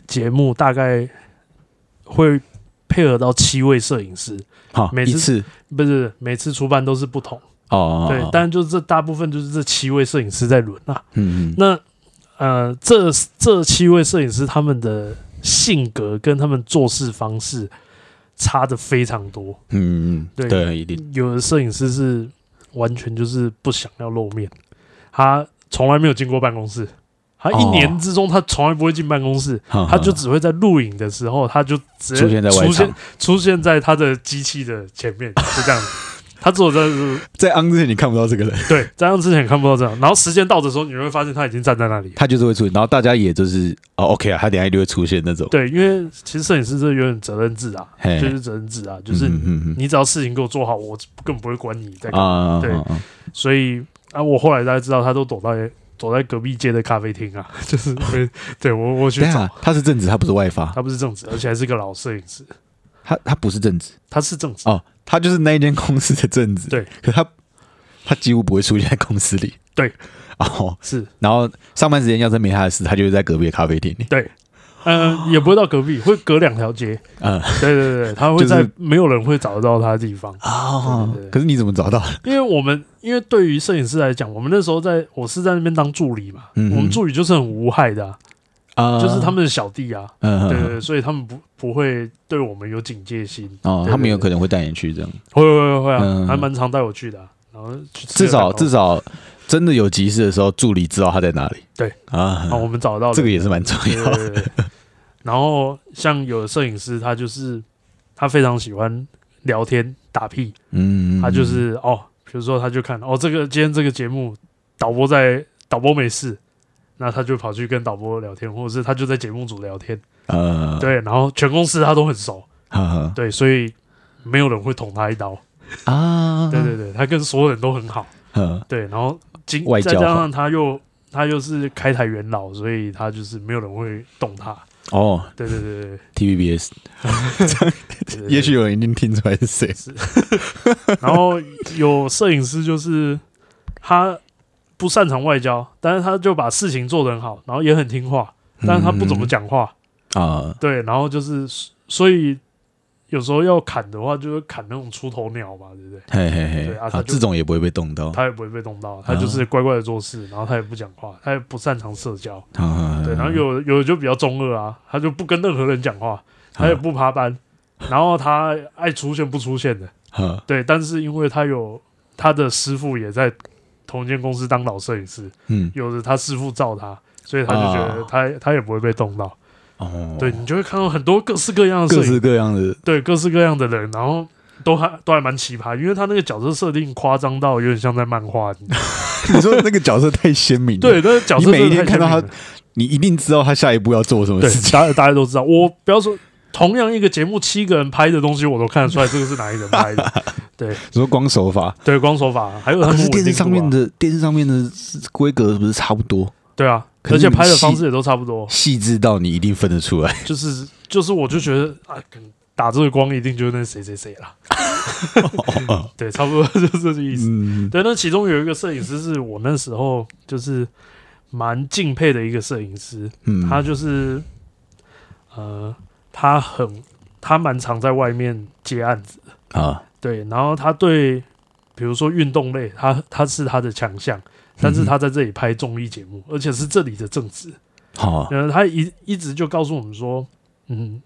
Speaker 1: 节目大概会配合到七位摄影师，
Speaker 2: 好，
Speaker 1: 每
Speaker 2: 一
Speaker 1: 次
Speaker 2: 次
Speaker 1: 不是每次出班都是不同。
Speaker 2: 哦哦，哦
Speaker 1: 对，但就是这大部分就是这七位摄影师在轮啊。
Speaker 2: 嗯嗯
Speaker 1: 那呃，这这七位摄影师他们的性格跟他们做事方式差的非常多。
Speaker 2: 嗯嗯，
Speaker 1: 对
Speaker 2: 对，一定
Speaker 1: 有的摄影师是完全就是不想要露面，他从来没有进过办公室，他一
Speaker 2: 哦
Speaker 1: 年之中他从来不会进办公室，嗯他
Speaker 2: 他
Speaker 1: 就只会在录影的时候，他就直接
Speaker 2: 哦出现在外
Speaker 1: 出
Speaker 2: 场
Speaker 1: 现，出现在他的机器的前面，就这样子。他只有在
Speaker 2: 在昂之前你看不到这个人，
Speaker 1: 对，在样之前看不到这样，然后时间到的时候，你会发现他已经站在那里。
Speaker 2: 他就是会出现，然后大家也就是哦，OK 啊，他等一下一定会出现那种，
Speaker 1: 对，因为其实摄影师这有点责任制啊，
Speaker 2: 嘿
Speaker 1: 就是责任制啊，就是
Speaker 2: 哎嗯嗯嗯
Speaker 1: 你只要事情给我做好，我更不会管你在
Speaker 2: 啊，
Speaker 1: 对
Speaker 2: 啊啊啊
Speaker 1: 所以啊，我后来才知道，他都躲在走在隔壁街的咖啡厅啊， 就是会对我我去
Speaker 2: 等一
Speaker 1: 找
Speaker 2: 下，他是正职，他不是外发，
Speaker 1: 他不是正职，而且还是个老摄影师，
Speaker 2: 他他不是正职
Speaker 1: 他是正职，
Speaker 2: 哦，他就是那一间公司的正职。
Speaker 1: 对，
Speaker 2: 可他他几乎不会出现在公司里。
Speaker 1: 对，
Speaker 2: 哦，
Speaker 1: 是
Speaker 2: 然后上班时间要是没他的事，他就会在隔壁的咖啡店里。
Speaker 1: 对，嗯、也不会到隔壁，会隔两条街，
Speaker 2: 嗯，
Speaker 1: 对对对，他会
Speaker 2: 就是
Speaker 1: 在没有人会找得到他的地方，
Speaker 2: 哦
Speaker 1: 对对对
Speaker 2: 可是你怎么找到？
Speaker 1: 因为我们因为对于摄影师来讲，我们那时候在我是在那边当助理嘛，
Speaker 2: 嗯
Speaker 1: 我们助理就是很无害的啊、
Speaker 2: 啊
Speaker 1: 就是他，们的小弟啊，
Speaker 2: 嗯，
Speaker 1: 对对
Speaker 2: 嗯
Speaker 1: 对，所以他们不不会对我们有警戒心，
Speaker 2: 哦，
Speaker 1: 对
Speaker 2: 他们
Speaker 1: 对
Speaker 2: 有
Speaker 1: 对
Speaker 2: 可能会带你去这样，
Speaker 1: 会会会会啊，
Speaker 2: 嗯
Speaker 1: 还蛮常带我去的哦啊、然后去吃
Speaker 2: 至少
Speaker 1: 个蛋糕
Speaker 2: 至少真的有急事的时候，助理知道他在哪里。
Speaker 1: 对
Speaker 2: 啊
Speaker 1: 啊，，我们找得到
Speaker 2: 这
Speaker 1: 人
Speaker 2: 个也是蛮重
Speaker 1: 对
Speaker 2: 要
Speaker 1: 对
Speaker 2: 的。
Speaker 1: 对对对。然后像有的摄影师，他就是他非常喜欢聊天打屁，
Speaker 2: 嗯，
Speaker 1: 他就是哦，比如说他就看哦，这个今天这个节目导播在导播没事，那他就跑去跟导播聊天，或者是他就在节目组聊天，
Speaker 2: 呃，
Speaker 1: 对，然后全公司他都很熟，
Speaker 2: 哈哈
Speaker 1: 对，所以没有人会捅他一刀，
Speaker 2: 啊，
Speaker 1: 对对对，他跟所有人都很好，
Speaker 2: 嗯，
Speaker 1: 对，然后经
Speaker 2: 外
Speaker 1: 再
Speaker 2: 交
Speaker 1: 加
Speaker 2: 好
Speaker 1: 上他又他又是开台元老，所以他就是没有人会动他，
Speaker 2: 哦
Speaker 1: 对对对对
Speaker 2: ，TVBS，
Speaker 1: 对对，
Speaker 2: 也许有人已经听出来是谁。
Speaker 1: 然后有摄影师就是他不擅长外交，但是他就把事情做得很好，然后也很听话，但是他不怎么讲话。
Speaker 2: 嗯啊，
Speaker 1: 对，然后就是所以有时候要砍的话，就是砍那种出头鸟嘛，对不对？
Speaker 2: 嘿嘿嘿
Speaker 1: 对，啊他
Speaker 2: 啊，
Speaker 1: 就
Speaker 2: 这种也不会被动到。
Speaker 1: 他也不会被动到，他就是乖乖的做事，然后他也不讲话，他也不擅长社交。对，
Speaker 2: 对
Speaker 1: 然后有有的就比较中二啊，他就不跟任何人讲话，他也不爬班，然后他爱出现不出现的。
Speaker 2: 啊，
Speaker 1: 对，但是因为他有他的师傅也在同一间公司当老摄影师，
Speaker 2: 嗯，
Speaker 1: 有的他师傅罩他，所以他就觉得
Speaker 2: 啊
Speaker 1: 他、他也不会被动到。
Speaker 2: 哦，
Speaker 1: 对，你就会看到很多各式各样的
Speaker 2: 各
Speaker 1: 摄影，
Speaker 2: 式各 样的，
Speaker 1: 对各式各样的人，然后都还都还蛮奇葩，因为他那个角色设定夸张到有点像在漫画。你知道吗
Speaker 2: 你说那个角色太鲜明，
Speaker 1: 对，，那个角色
Speaker 2: 你每一
Speaker 1: 真的
Speaker 2: 天
Speaker 1: 太
Speaker 2: 看到
Speaker 1: 鲜
Speaker 2: 他
Speaker 1: 明了
Speaker 2: 你一定知道他下一步要做什么事
Speaker 1: 对，
Speaker 2: 情。
Speaker 1: 大家大家都知道。我不要说，同样一个节目七个人拍的东西，我都看得出来这个是哪一个人拍 的。
Speaker 2: 你说光手法，
Speaker 1: 对，光手法还有他
Speaker 2: 可
Speaker 1: 们
Speaker 2: 是
Speaker 1: 稳定
Speaker 2: 电
Speaker 1: 度
Speaker 2: 视上
Speaker 1: 啊
Speaker 2: 面的电视上面的规格不是差不多，
Speaker 1: 对啊，
Speaker 2: 可
Speaker 1: 而且
Speaker 2: 是你
Speaker 1: 拍的
Speaker 2: 细
Speaker 1: 方式也都差不多。
Speaker 2: 细致到你一定分得出来。
Speaker 1: 就是就是，我就觉得啊，可能打这个光一定就是那谁谁谁 啦。对，差不多就是这个意思。
Speaker 2: 嗯，
Speaker 1: 对，那其中有一个摄影师是我那时候就是蛮敬佩的一个摄影师，
Speaker 2: 嗯
Speaker 1: 他就是呃，他很他蛮常在外面接案子，
Speaker 2: 啊，
Speaker 1: 对，然后他对比如说运动类，他他是他的强项。但
Speaker 2: 嗯
Speaker 1: 是他在这里拍综艺节目，而且是这里的正职。
Speaker 2: 好，
Speaker 1: 然后他一一直就告诉我们说，嗯，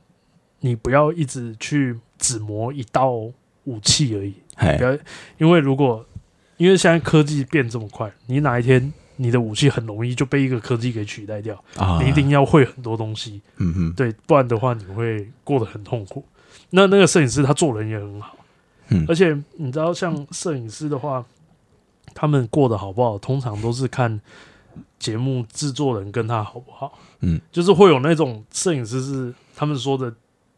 Speaker 1: 你不要一直去只磨一道武器而已，
Speaker 2: 哎
Speaker 1: 不，要，因为如果因为现在科技变这么快，你哪一天你的武器很容易就被一个科技给取代掉，
Speaker 2: 啊
Speaker 1: 你一，定要会很多东西，
Speaker 2: 嗯哼，
Speaker 1: 对，不然的话你会过得很痛苦。那那个摄影师他做人也很好，
Speaker 2: 嗯
Speaker 1: 而且你知道，像摄影师的话，他们过得好不好，通常都是看节目制作人跟他好不好。
Speaker 2: 嗯，
Speaker 1: 就是会有那种摄影师是他们说的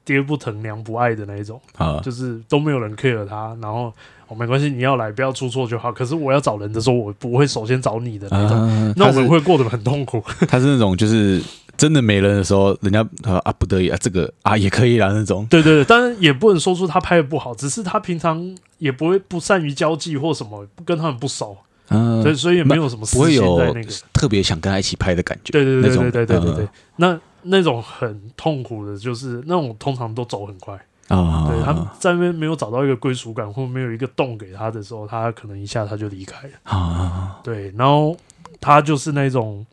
Speaker 1: 爹不疼娘不爱的那一种，
Speaker 2: 啊，
Speaker 1: 就是都没有人 care 他，然后哦没关系，你要来不要出错就好。可是我要找人的时候，我不会首先找你的那种，
Speaker 2: 啊
Speaker 1: 那我
Speaker 2: 他是
Speaker 1: 们会过得很痛苦。
Speaker 2: 他是那种就是真的没人的时候，人家呃啊不得已啊，这个啊也可以啦那种。
Speaker 1: 对对对，当然也不能说出他拍的不好，只是他平常也不会不善于交际或什么，跟他们不熟，
Speaker 2: 嗯
Speaker 1: 所以所以也没有什么
Speaker 2: 不
Speaker 1: 私
Speaker 2: 会
Speaker 1: 心
Speaker 2: 有
Speaker 1: 在那个。
Speaker 2: 特别想跟他一起拍的感觉。
Speaker 1: 对对对
Speaker 2: 那
Speaker 1: 对
Speaker 2: 种
Speaker 1: 对对对对
Speaker 2: 嗯，
Speaker 1: 那那种很痛苦的，就是那种通常都走很快，
Speaker 2: 啊，
Speaker 1: 对他们在那边没有找到一个归属感或没有一个洞给他的时候，他可能一下他就离开了。
Speaker 2: 啊，
Speaker 1: 对，然后他就是那种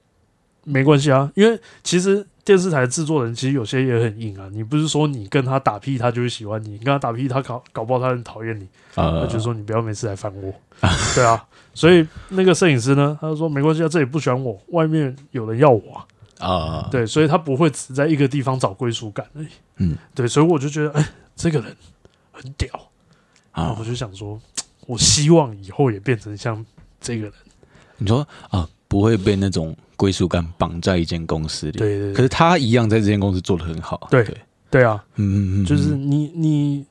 Speaker 1: 没关系啊，因为其实电视台制作人其实有些也很硬啊。你不是说你跟他打屁，他就会喜欢你；你跟他打屁，他搞搞不好他很讨厌你，他
Speaker 2: 呃，
Speaker 1: 就说你不要每次来烦我。 对啊，所以那个摄影师呢，他就说没关系啊，这里不喜欢我，外面有人要我、啊。
Speaker 2: 啊，
Speaker 1: 对，所以他不会只在一个地方找归属感而已。
Speaker 2: 嗯，
Speaker 1: 对，所以我就觉得，哎，这个人很屌，然后
Speaker 2: 啊
Speaker 1: 我，就想说，我希望以后也变成像这个人。
Speaker 2: 你说啊，不会被那种归属感绑在一间公司里。，
Speaker 1: 对对
Speaker 2: 可
Speaker 1: 对，
Speaker 2: 是他一样在这间公司做的很好。
Speaker 1: 对对啊，
Speaker 2: 嗯嗯嗯，
Speaker 1: 就是你你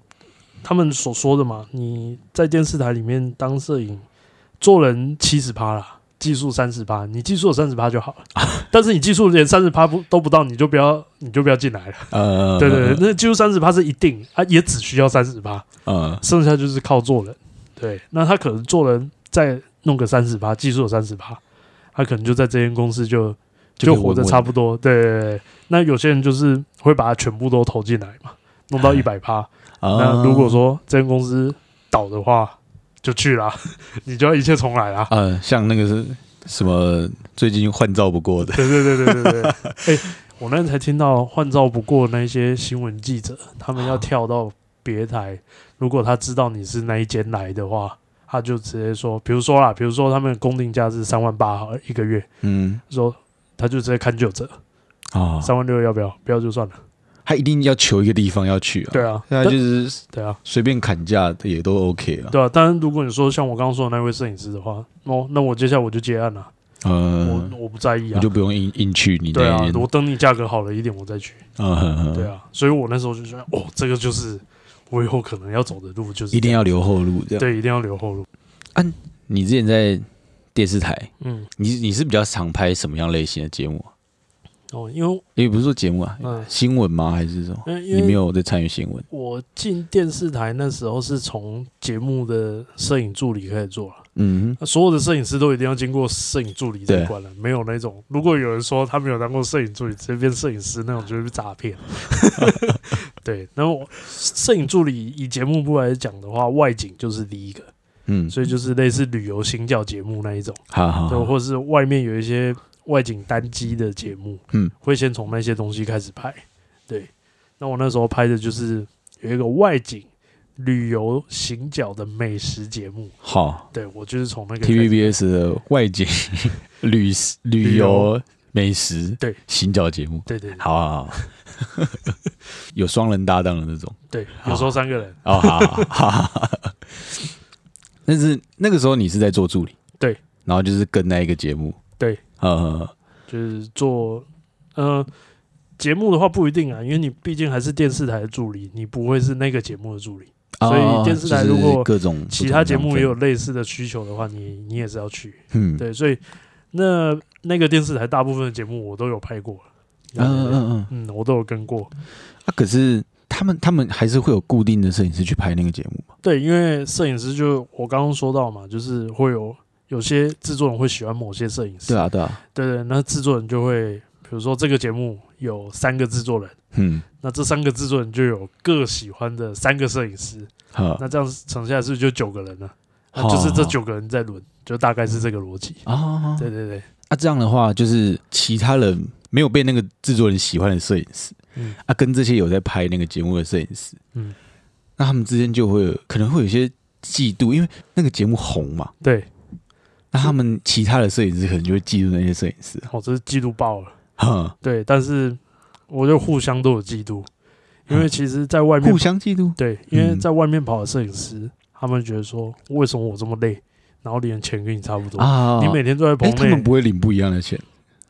Speaker 1: 他们所说的嘛，你在电视台里面当摄影，做人七十趴啦，技术三十趴，你技术有三十趴就好了， 但是你技术连三十趴不都不到，你就不要你就不要进来了。
Speaker 2: 呃，
Speaker 1: 对对对，，那技术三十趴是一定啊，也只需要三十趴，
Speaker 2: 嗯，
Speaker 1: 剩下就是靠做人。对，那他可能做人再弄个三十趴，技术有三十趴，他可能就在这间公司就就活得差不多。对对对，那有些人就是会把它全部都投进来嘛，弄到一百趴。
Speaker 2: 多
Speaker 1: 那如果，说这间公司倒的话，就去啦， 你就要一切重来啦。
Speaker 2: 呃，像那个是什么最近换照不过的，
Speaker 1: 对对对对对对。哎、我那天才听到换照不过那些新闻记者，他们要跳到别台，如果他知道你是那一间来的话，他就直接说，比如说啦，比如说他们的公定价是三万八好了一个月，
Speaker 2: 嗯，
Speaker 1: 说他就直接看九折，
Speaker 2: 啊，
Speaker 1: 三万六要不要？不要就算了。
Speaker 2: 他一定要求一个地方要去啊，
Speaker 1: 对啊，但
Speaker 2: 那就是
Speaker 1: 对啊，
Speaker 2: 随便砍价也都 OK 啊，
Speaker 1: 对啊。当然，如果你说像我刚刚说的那位摄影师的话，哦，那我接下来我就接案了，
Speaker 2: 嗯，
Speaker 1: 我我不在意啊
Speaker 2: 我就。不用硬硬去你
Speaker 1: 对
Speaker 2: 那
Speaker 1: 啊，
Speaker 2: 边，
Speaker 1: 我等你价格好了一点，我再去。
Speaker 2: 嗯，
Speaker 1: 对
Speaker 2: 对啊，
Speaker 1: 啊，所以我那时候就觉得，哦，这个就是我以后可能要走的路，就是
Speaker 2: 一定
Speaker 1: 这样
Speaker 2: 要留后路这样。
Speaker 1: 对，一定要留后路。
Speaker 2: 你之前在电视台，
Speaker 1: 嗯，
Speaker 2: 你你是比较常拍什么样类型的节目啊？
Speaker 1: 哦，因为
Speaker 2: 也不是说节目啊，
Speaker 1: 嗯，
Speaker 2: 新闻吗？还是什么？
Speaker 1: 因为
Speaker 2: 你
Speaker 1: 因
Speaker 2: 没
Speaker 1: 为
Speaker 2: 有在参与新闻
Speaker 1: 我进电视台那时候是从节目的摄影助理开始做啊了，
Speaker 2: 嗯
Speaker 1: 那所有的摄影师都一定要经过摄影助理这
Speaker 2: 对
Speaker 1: 一关了，没有那种如果有人说他没有当过摄影助理，直接变摄影师那种就是诈骗。 对，那我摄影助理以节目部来讲的话，外景就是第一个，
Speaker 2: 嗯，
Speaker 1: 所以就是类似旅游新教节目那一种。
Speaker 2: 好好
Speaker 1: 对，
Speaker 2: 好，
Speaker 1: 或是外面有一些外景单机的节目，
Speaker 2: 嗯，
Speaker 1: 会先从那些东西开始拍。对，那我那时候拍的就是有一个外景旅游行脚的美食节目，
Speaker 2: 好
Speaker 1: 对我就是从那个开始
Speaker 2: ，TVBS 的外景旅旅
Speaker 1: 旅
Speaker 2: 游
Speaker 1: 游
Speaker 2: 美食
Speaker 1: 对
Speaker 2: 行脚节目，
Speaker 1: 对对对
Speaker 2: 好好好， 有双人搭档的那种
Speaker 1: 对，有时候三个人，
Speaker 2: 哦，好好好好。 但是那个时候你是在做助理，
Speaker 1: 对，
Speaker 2: 然后就是跟那一个节目，
Speaker 1: 对，
Speaker 2: 呃，
Speaker 1: 就是做呃节目的话不一定啊，因为你毕竟还是电视台的助理，你不会是那个节目的助理。所以
Speaker 2: 哦
Speaker 1: 电视台
Speaker 2: 就
Speaker 1: 如
Speaker 2: 是
Speaker 1: 果
Speaker 2: 各种
Speaker 1: 其他节目也有
Speaker 2: 不
Speaker 1: 类似的需求的话，你你也是要去。
Speaker 2: 同的浪费，嗯，
Speaker 1: 对，所以那那个电视台大部分的节目我都有拍过了，
Speaker 2: 嗯嗯嗯嗯。
Speaker 1: 嗯，我都有跟过。
Speaker 2: 啊，可是他们他们还是会有固定的摄影师去拍那个节目嘛？
Speaker 1: 对，因为摄影师就我刚刚说到嘛，就是会有有些制作人会喜欢某些摄影师，
Speaker 2: 对啊，对啊，
Speaker 1: 对对，那制作人就会，比如说这个节目有三个制作人，
Speaker 2: 嗯，
Speaker 1: 那这三个制作人就有各喜欢的三个摄影师，
Speaker 2: 好
Speaker 1: 那这样呈现来是不是就九个人了？
Speaker 2: 哦
Speaker 1: 那就是这九个人在轮，就大概是这个逻辑。
Speaker 2: 啊，
Speaker 1: 对对对，
Speaker 2: 啊，这样的话就是其他人没有被那个制作人喜欢的摄影师
Speaker 1: 嗯
Speaker 2: 啊，跟这些有在拍那个节目的摄影师，
Speaker 1: 嗯，
Speaker 2: 那他们之间就会有可能会有一些嫉妒，因为那个节目红嘛，
Speaker 1: 对，
Speaker 2: 那他们其他的摄影师可能就会嫉妒那些摄影师，
Speaker 1: 我哦这是嫉妒爆了。
Speaker 2: 哈，
Speaker 1: 对，但是我就互相都有嫉妒，因为其实在外面
Speaker 2: 嗯互相嫉妒，
Speaker 1: 对，因为
Speaker 2: 嗯
Speaker 1: 在外面跑的摄影师，他们觉得说为什么我这么累，然后连钱跟你差不多，
Speaker 2: 啊
Speaker 1: 你每天都在
Speaker 2: 哎、
Speaker 1: 棚
Speaker 2: 他
Speaker 1: 内，
Speaker 2: 们不会领不一样的钱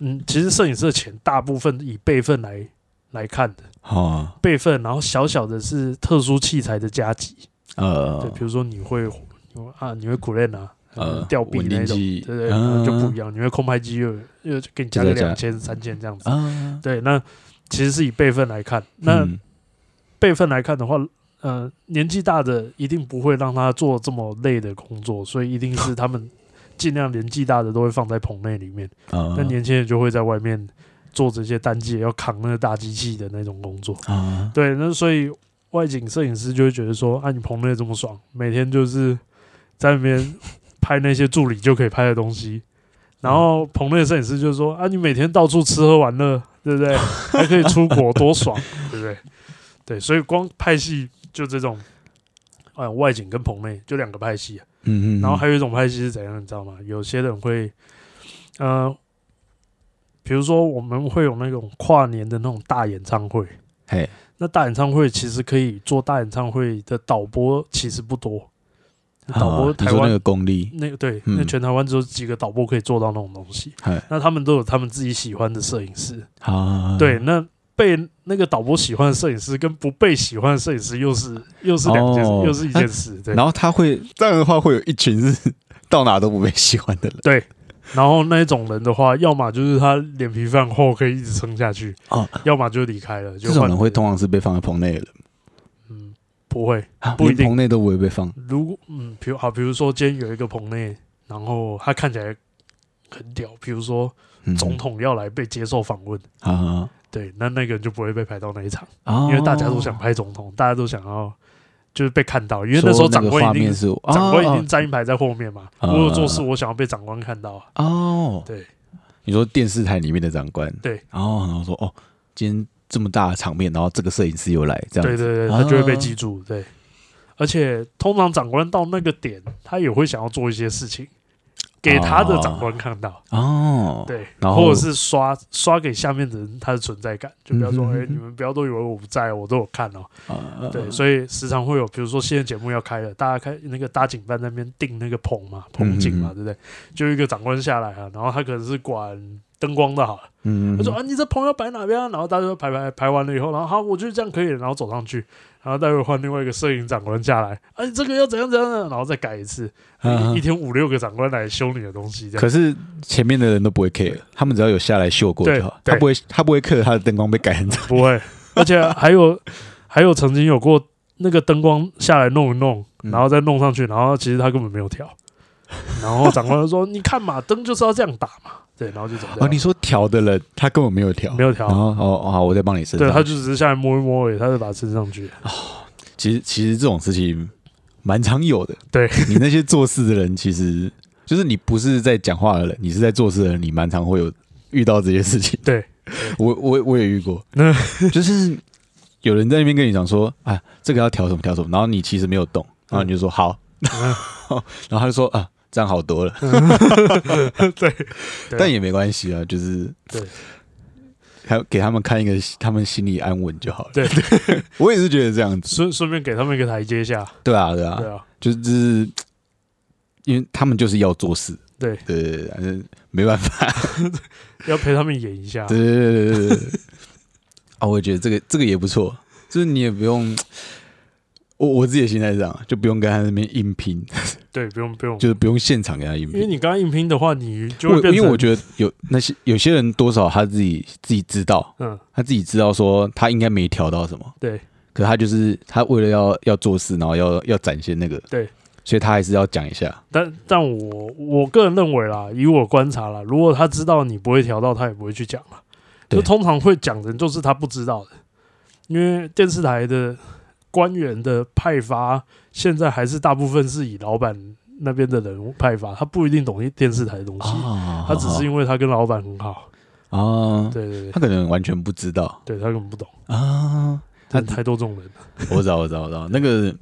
Speaker 1: 嗯，其实摄影师的钱大部分以备份来来看的，
Speaker 2: 啊，
Speaker 1: 备份，然后小小的是特殊器材的加急，对，
Speaker 2: 呃
Speaker 1: 比，如说你会啊，你会苦练啊。
Speaker 2: 呃
Speaker 1: 吊臂
Speaker 2: 稳定
Speaker 1: 那种，
Speaker 2: 器
Speaker 1: 对对，
Speaker 2: 嗯
Speaker 1: 就不一样。你会空拍机又又给你加
Speaker 2: 就
Speaker 1: 个
Speaker 2: 再加
Speaker 1: 两千、三千这样子。
Speaker 2: 啊，
Speaker 1: 对，那其实是以备份来看，那
Speaker 2: 嗯
Speaker 1: 辈分来看的话，呃，年纪大的一定不会让他做这么累的工作，所以一定是他们尽量年纪大的都会放在棚内里面，
Speaker 2: 啊
Speaker 1: 那年轻人就会在外面做这些单机要扛那个大机器的那种工作。
Speaker 2: 啊，
Speaker 1: 对，那所以外景摄影师就会觉得说，啊，你棚内这么爽，每天就是在那边拍那些助理就可以拍的东西。然后棚内的摄影师就说：“啊，你每天到处吃喝玩乐，对不对？还可以出国，多爽，对不对？对，所以光拍戏就这种，哎，外景跟棚内就两个拍戏、啊。
Speaker 2: 嗯嗯，
Speaker 1: 然后还有一种拍戏是怎样，你知道吗？有些人会，呃，比如说我们会有那种跨年的那种大演唱会，
Speaker 2: 嘿，
Speaker 1: 那大演唱会其实可以做大演唱会的导播其实不多，导播
Speaker 2: 啊你
Speaker 1: 台
Speaker 2: 说那
Speaker 1: 湾
Speaker 2: 个功力，
Speaker 1: 那个对，
Speaker 2: 嗯
Speaker 1: 那全台湾只有几个导播可以做到那种东西
Speaker 2: 嘿。
Speaker 1: 那他们都有他们自己喜欢的摄影师，
Speaker 2: 啊，
Speaker 1: 对，那被那个导播喜欢的摄影师跟不被喜欢的摄影师又是又是两件事，
Speaker 2: 哦
Speaker 1: 又是一件事，对
Speaker 2: 然后他会这样的话，会有一群是到哪都不被喜欢的人。
Speaker 1: 对然后那一种人的话，要么就是他脸皮非常厚，可以一直撑下去，
Speaker 2: 哦，
Speaker 1: 要么就离开了。 就
Speaker 2: 这种
Speaker 1: 换
Speaker 2: 人会
Speaker 1: 别
Speaker 2: 通常是被放在棚内的，
Speaker 1: 嗯，不会。
Speaker 2: 啊
Speaker 1: 不一定
Speaker 2: 连棚内都不会被放。
Speaker 1: 如果嗯，比如好，比如说今天有一个棚内，然后他看起来很屌，比如说
Speaker 2: 嗯
Speaker 1: 总统要来被接受访问，
Speaker 2: 啊啊
Speaker 1: 对，那那个人就不会被排到那一场，
Speaker 2: 啊，
Speaker 1: 因为大家都想
Speaker 2: 哦，
Speaker 1: 拍总统，大家都想要就是被看到，因为那时候
Speaker 2: 说
Speaker 1: 长
Speaker 2: 个
Speaker 1: 官
Speaker 2: 画
Speaker 1: 一定
Speaker 2: 面是我
Speaker 1: 长官一定
Speaker 2: 哦
Speaker 1: 站一排在后面嘛，
Speaker 2: 啊
Speaker 1: 我有做事，我想要被长官看到啊，
Speaker 2: 哦，
Speaker 1: 对，
Speaker 2: 你说电视台里面的长官
Speaker 1: 对，
Speaker 2: 然后然后说哦，今天这么大的场面，然后这个摄影师又来，这样
Speaker 1: 对
Speaker 2: 子
Speaker 1: 对对，
Speaker 2: 啊
Speaker 1: 他就会被记住，对。而且通常长官到那个点，他也会想要做一些事情，给他的长官看到，
Speaker 2: 哦，
Speaker 1: 对，
Speaker 2: 然后
Speaker 1: 或者是刷刷给下面的人他的存在感，就不要说
Speaker 2: 嗯
Speaker 1: 哎、
Speaker 2: 哼
Speaker 1: 你们不要都以为我不在，我都有看哦。
Speaker 2: 啊
Speaker 1: 对，所以时常会有，比如说现在节目要开了，大家开那个搭景班那边定那个棚嘛，棚景嘛，
Speaker 2: 嗯
Speaker 1: 对不对？就一个长官下来啊，然后他可能是管灯光的好了，
Speaker 2: 嗯，
Speaker 1: 他说啊，你这棚要摆哪边啊？然后大家就排排排完了以后，然后好，我觉得这样可以了，然后走上去，然后待会换另外一个摄影长官下来，啊，你这个要怎样怎样的，然后再改一次，
Speaker 2: 啊
Speaker 1: 一一天五六个长官来修你的东西，这样
Speaker 2: 可是前面的人都不会 care，他们只要有下来秀过就好，
Speaker 1: 对对
Speaker 2: 他不会他不会 care 他的灯光被改成这样。
Speaker 1: 不会。 而且还有还有曾经有过那个灯光下来弄一弄，
Speaker 2: 嗯
Speaker 1: 然后再弄上去，然后其实他根本没有调， 然后长官就说：“你看嘛，灯就是要这样打嘛。”对，然后就怎么
Speaker 2: 哦，你说调的人他根本没有调，
Speaker 1: 没有调
Speaker 2: 然后哦哦好，我再帮你升
Speaker 1: 对，
Speaker 2: 上。
Speaker 1: 他就只是下来摸一摸而已，他就把它升上去。
Speaker 2: 其实其实这种事情蛮常有的。
Speaker 1: 对
Speaker 2: 你那些做事的人，其实就是你不是在讲话的人，你是在做事的人，你蛮常会有遇到这些事情。
Speaker 1: 对，
Speaker 2: 我我我也遇过
Speaker 1: 嗯，
Speaker 2: 就是有人在那边跟你讲说啊，这个要调什么调什么，然后你其实没有动，然后你就说好，
Speaker 1: 嗯
Speaker 2: 然后他就说啊，这样好多了，
Speaker 1: 嗯 对，对
Speaker 2: 但也没关系啊，就是
Speaker 1: 对。
Speaker 2: 还给他们看一个，他们心里安稳就好了。
Speaker 1: 对，
Speaker 2: 我也是觉得这样子。
Speaker 1: 顺顺便给他们一个台阶下。
Speaker 2: 对啊，对啊，
Speaker 1: 对啊，
Speaker 2: 就是因为他们就是要做事，
Speaker 1: 对
Speaker 2: 对对对，反正没办法，
Speaker 1: 要陪他们演一下。
Speaker 2: 对对对对对 对。啊，我也觉得这个这个也不错，就是你也不用，我我自己的心态是这样，就不用跟他那边硬拼，
Speaker 1: 对，不用不用，
Speaker 2: 就是不用现场跟他硬
Speaker 1: 因为
Speaker 2: 拼。
Speaker 1: 你刚刚硬拼的话，你就
Speaker 2: 我
Speaker 1: 会变成
Speaker 2: 因为我觉得有那些有些人多少他自己自己知道，
Speaker 1: 嗯，
Speaker 2: 他自己知道说他应该没调到什么，
Speaker 1: 对，
Speaker 2: 可他就是他为了要要做事，然后要要展现那个，
Speaker 1: 对，
Speaker 2: 所以他还是要讲一下，
Speaker 1: 但但我我个人认为啦，以我观察啦，如果他知道你不会调到，他也不会去讲了。
Speaker 2: 对
Speaker 1: 就通常会讲的，就是他不知道的，因为电视台的官员的派发，现在还是大部分是以老板那边的人派发，他不一定懂电视台的东西，
Speaker 2: 啊
Speaker 1: 他只是因为他跟老板很好，
Speaker 2: 啊，
Speaker 1: 对对对
Speaker 2: 他，可能完全不知道
Speaker 1: 对他根本不懂，
Speaker 2: 啊。他
Speaker 1: 真的太多这种人了，
Speaker 2: 我知道，我知道，我知道，那个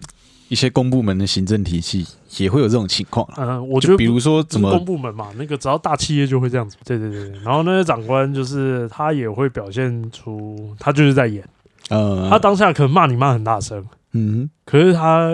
Speaker 2: 一些公部门的行政体系也会有这种情况啦。
Speaker 1: 嗯，我觉
Speaker 2: 就
Speaker 1: 得
Speaker 2: 比如说
Speaker 1: 就
Speaker 2: 怎
Speaker 1: 是
Speaker 2: 么
Speaker 1: 公部门嘛，那个只要大企业就会这样子。对对对对，然后那些长官就是他也会表现出他就是在演，
Speaker 2: 呃，
Speaker 1: 他当下可能骂你骂很大声，
Speaker 2: 嗯
Speaker 1: 可是他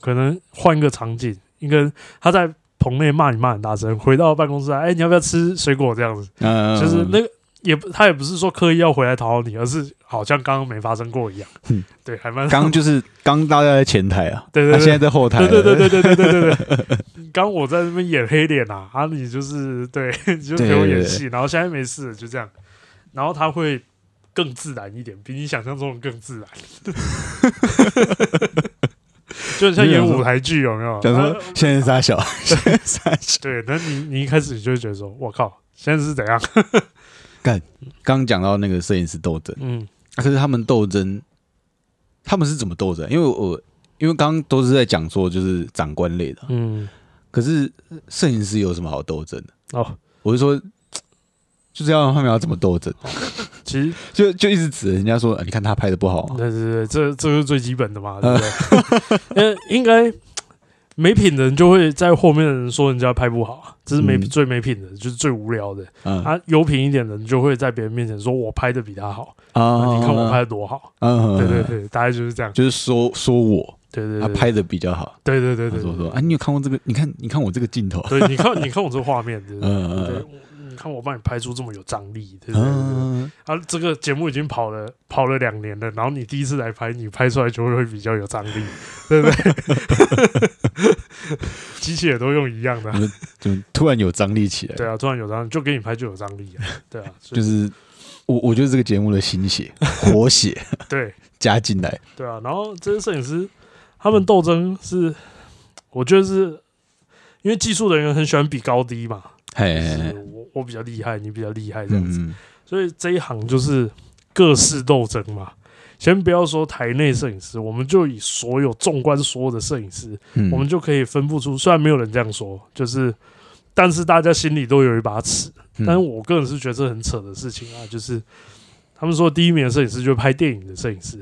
Speaker 1: 可能换一个场景，一个他在棚内骂你骂很大声，回到办公室来，哎、你要不要吃水果这样子？
Speaker 2: 呃，
Speaker 1: 就是那个也不他也不是说刻意要回来讨好你，而是好像刚刚没发生过一样
Speaker 2: 嗯。
Speaker 1: 对，还蛮
Speaker 2: 刚刚就是刚大家在前台啊，
Speaker 1: 对对
Speaker 2: 他
Speaker 1: 对
Speaker 2: 现在在后台，
Speaker 1: 对对对对对对对对对对。刚我在那边演黑脸啊，啊，你就是对， 你就陪我演戏，然后现在没事了，就这样。然后他会更自然一点，比你想象中的更自然。 就很像演舞台剧，有没有？
Speaker 2: 想
Speaker 1: 啊
Speaker 2: 说现在是傻小，现在是傻小。
Speaker 1: 对，那你你一开始你就会觉得说，我靠，现在是怎样？
Speaker 2: 刚刚讲到那个摄影师斗争，
Speaker 1: 嗯
Speaker 2: 啊可是他们斗争，他们是怎么斗争？因为我因为刚刚都是在讲说就是长官类的，
Speaker 1: 嗯，
Speaker 2: 可是摄影师有什么好斗争的？
Speaker 1: 哦，
Speaker 2: 我是说，就是要他们要怎么斗争？
Speaker 1: 其实
Speaker 2: 就就一直指人家说，啊你看他拍的不好啊、
Speaker 1: 对对对，这这是最基本的嘛，对不对？ 呃，应该没品的人就会在后面的人说人家拍不好啊，这是没、
Speaker 2: 嗯
Speaker 1: 最没品的，就是最无聊的。
Speaker 2: 嗯
Speaker 1: 啊，有品一点的人就会在别人面前说我拍的比他好，啊
Speaker 2: 啊
Speaker 1: 你看我拍，的多好。
Speaker 2: 嗯，
Speaker 1: 对对，对，大概就是这样。
Speaker 2: 就是说说我
Speaker 1: 对对
Speaker 2: 他
Speaker 1: 对，
Speaker 2: 拍的比较好，
Speaker 1: 对对对
Speaker 2: 他
Speaker 1: 对
Speaker 2: 说
Speaker 1: 对
Speaker 2: 说啊，你有看过这个？你看你看我这个镜头，
Speaker 1: 对，你看你看我这画面，对对
Speaker 2: 嗯
Speaker 1: 对
Speaker 2: 嗯，
Speaker 1: 你看我帮你拍出这么有张力，对对对对。
Speaker 2: 嗯，
Speaker 1: 啊，这个节目已经跑了跑了两年了，然 后你第一次来拍，你拍出来就会比较有张力，对不对？ 机器也都用一样的啊、
Speaker 2: 就突然有张力起来，
Speaker 1: 对啊，突然有张力就给你拍就有张力 啊，对啊，所以
Speaker 2: 就是我我觉得这个节目的新血、活血
Speaker 1: 对
Speaker 2: 加进来，
Speaker 1: 对啊，然后这些摄影师他们斗争是，我觉得是因为技术人员很喜欢比高低嘛，
Speaker 2: 嘿嘿
Speaker 1: 就是
Speaker 2: 嘿，
Speaker 1: 我我比较厉害，你比较厉害这样子，
Speaker 2: 嗯，
Speaker 1: 所以这一行就是各式斗争嘛。先不要说台内摄影师，我们就以所有纵观所有的摄影师，
Speaker 2: 嗯
Speaker 1: 我们就可以分不出。虽然没有人这样说，就是，但是大家心里都有一把尺。
Speaker 2: 嗯
Speaker 1: 但是我个人是觉得这很扯的事情啊，就是他们说第一名的摄影师就是拍电影的摄影师，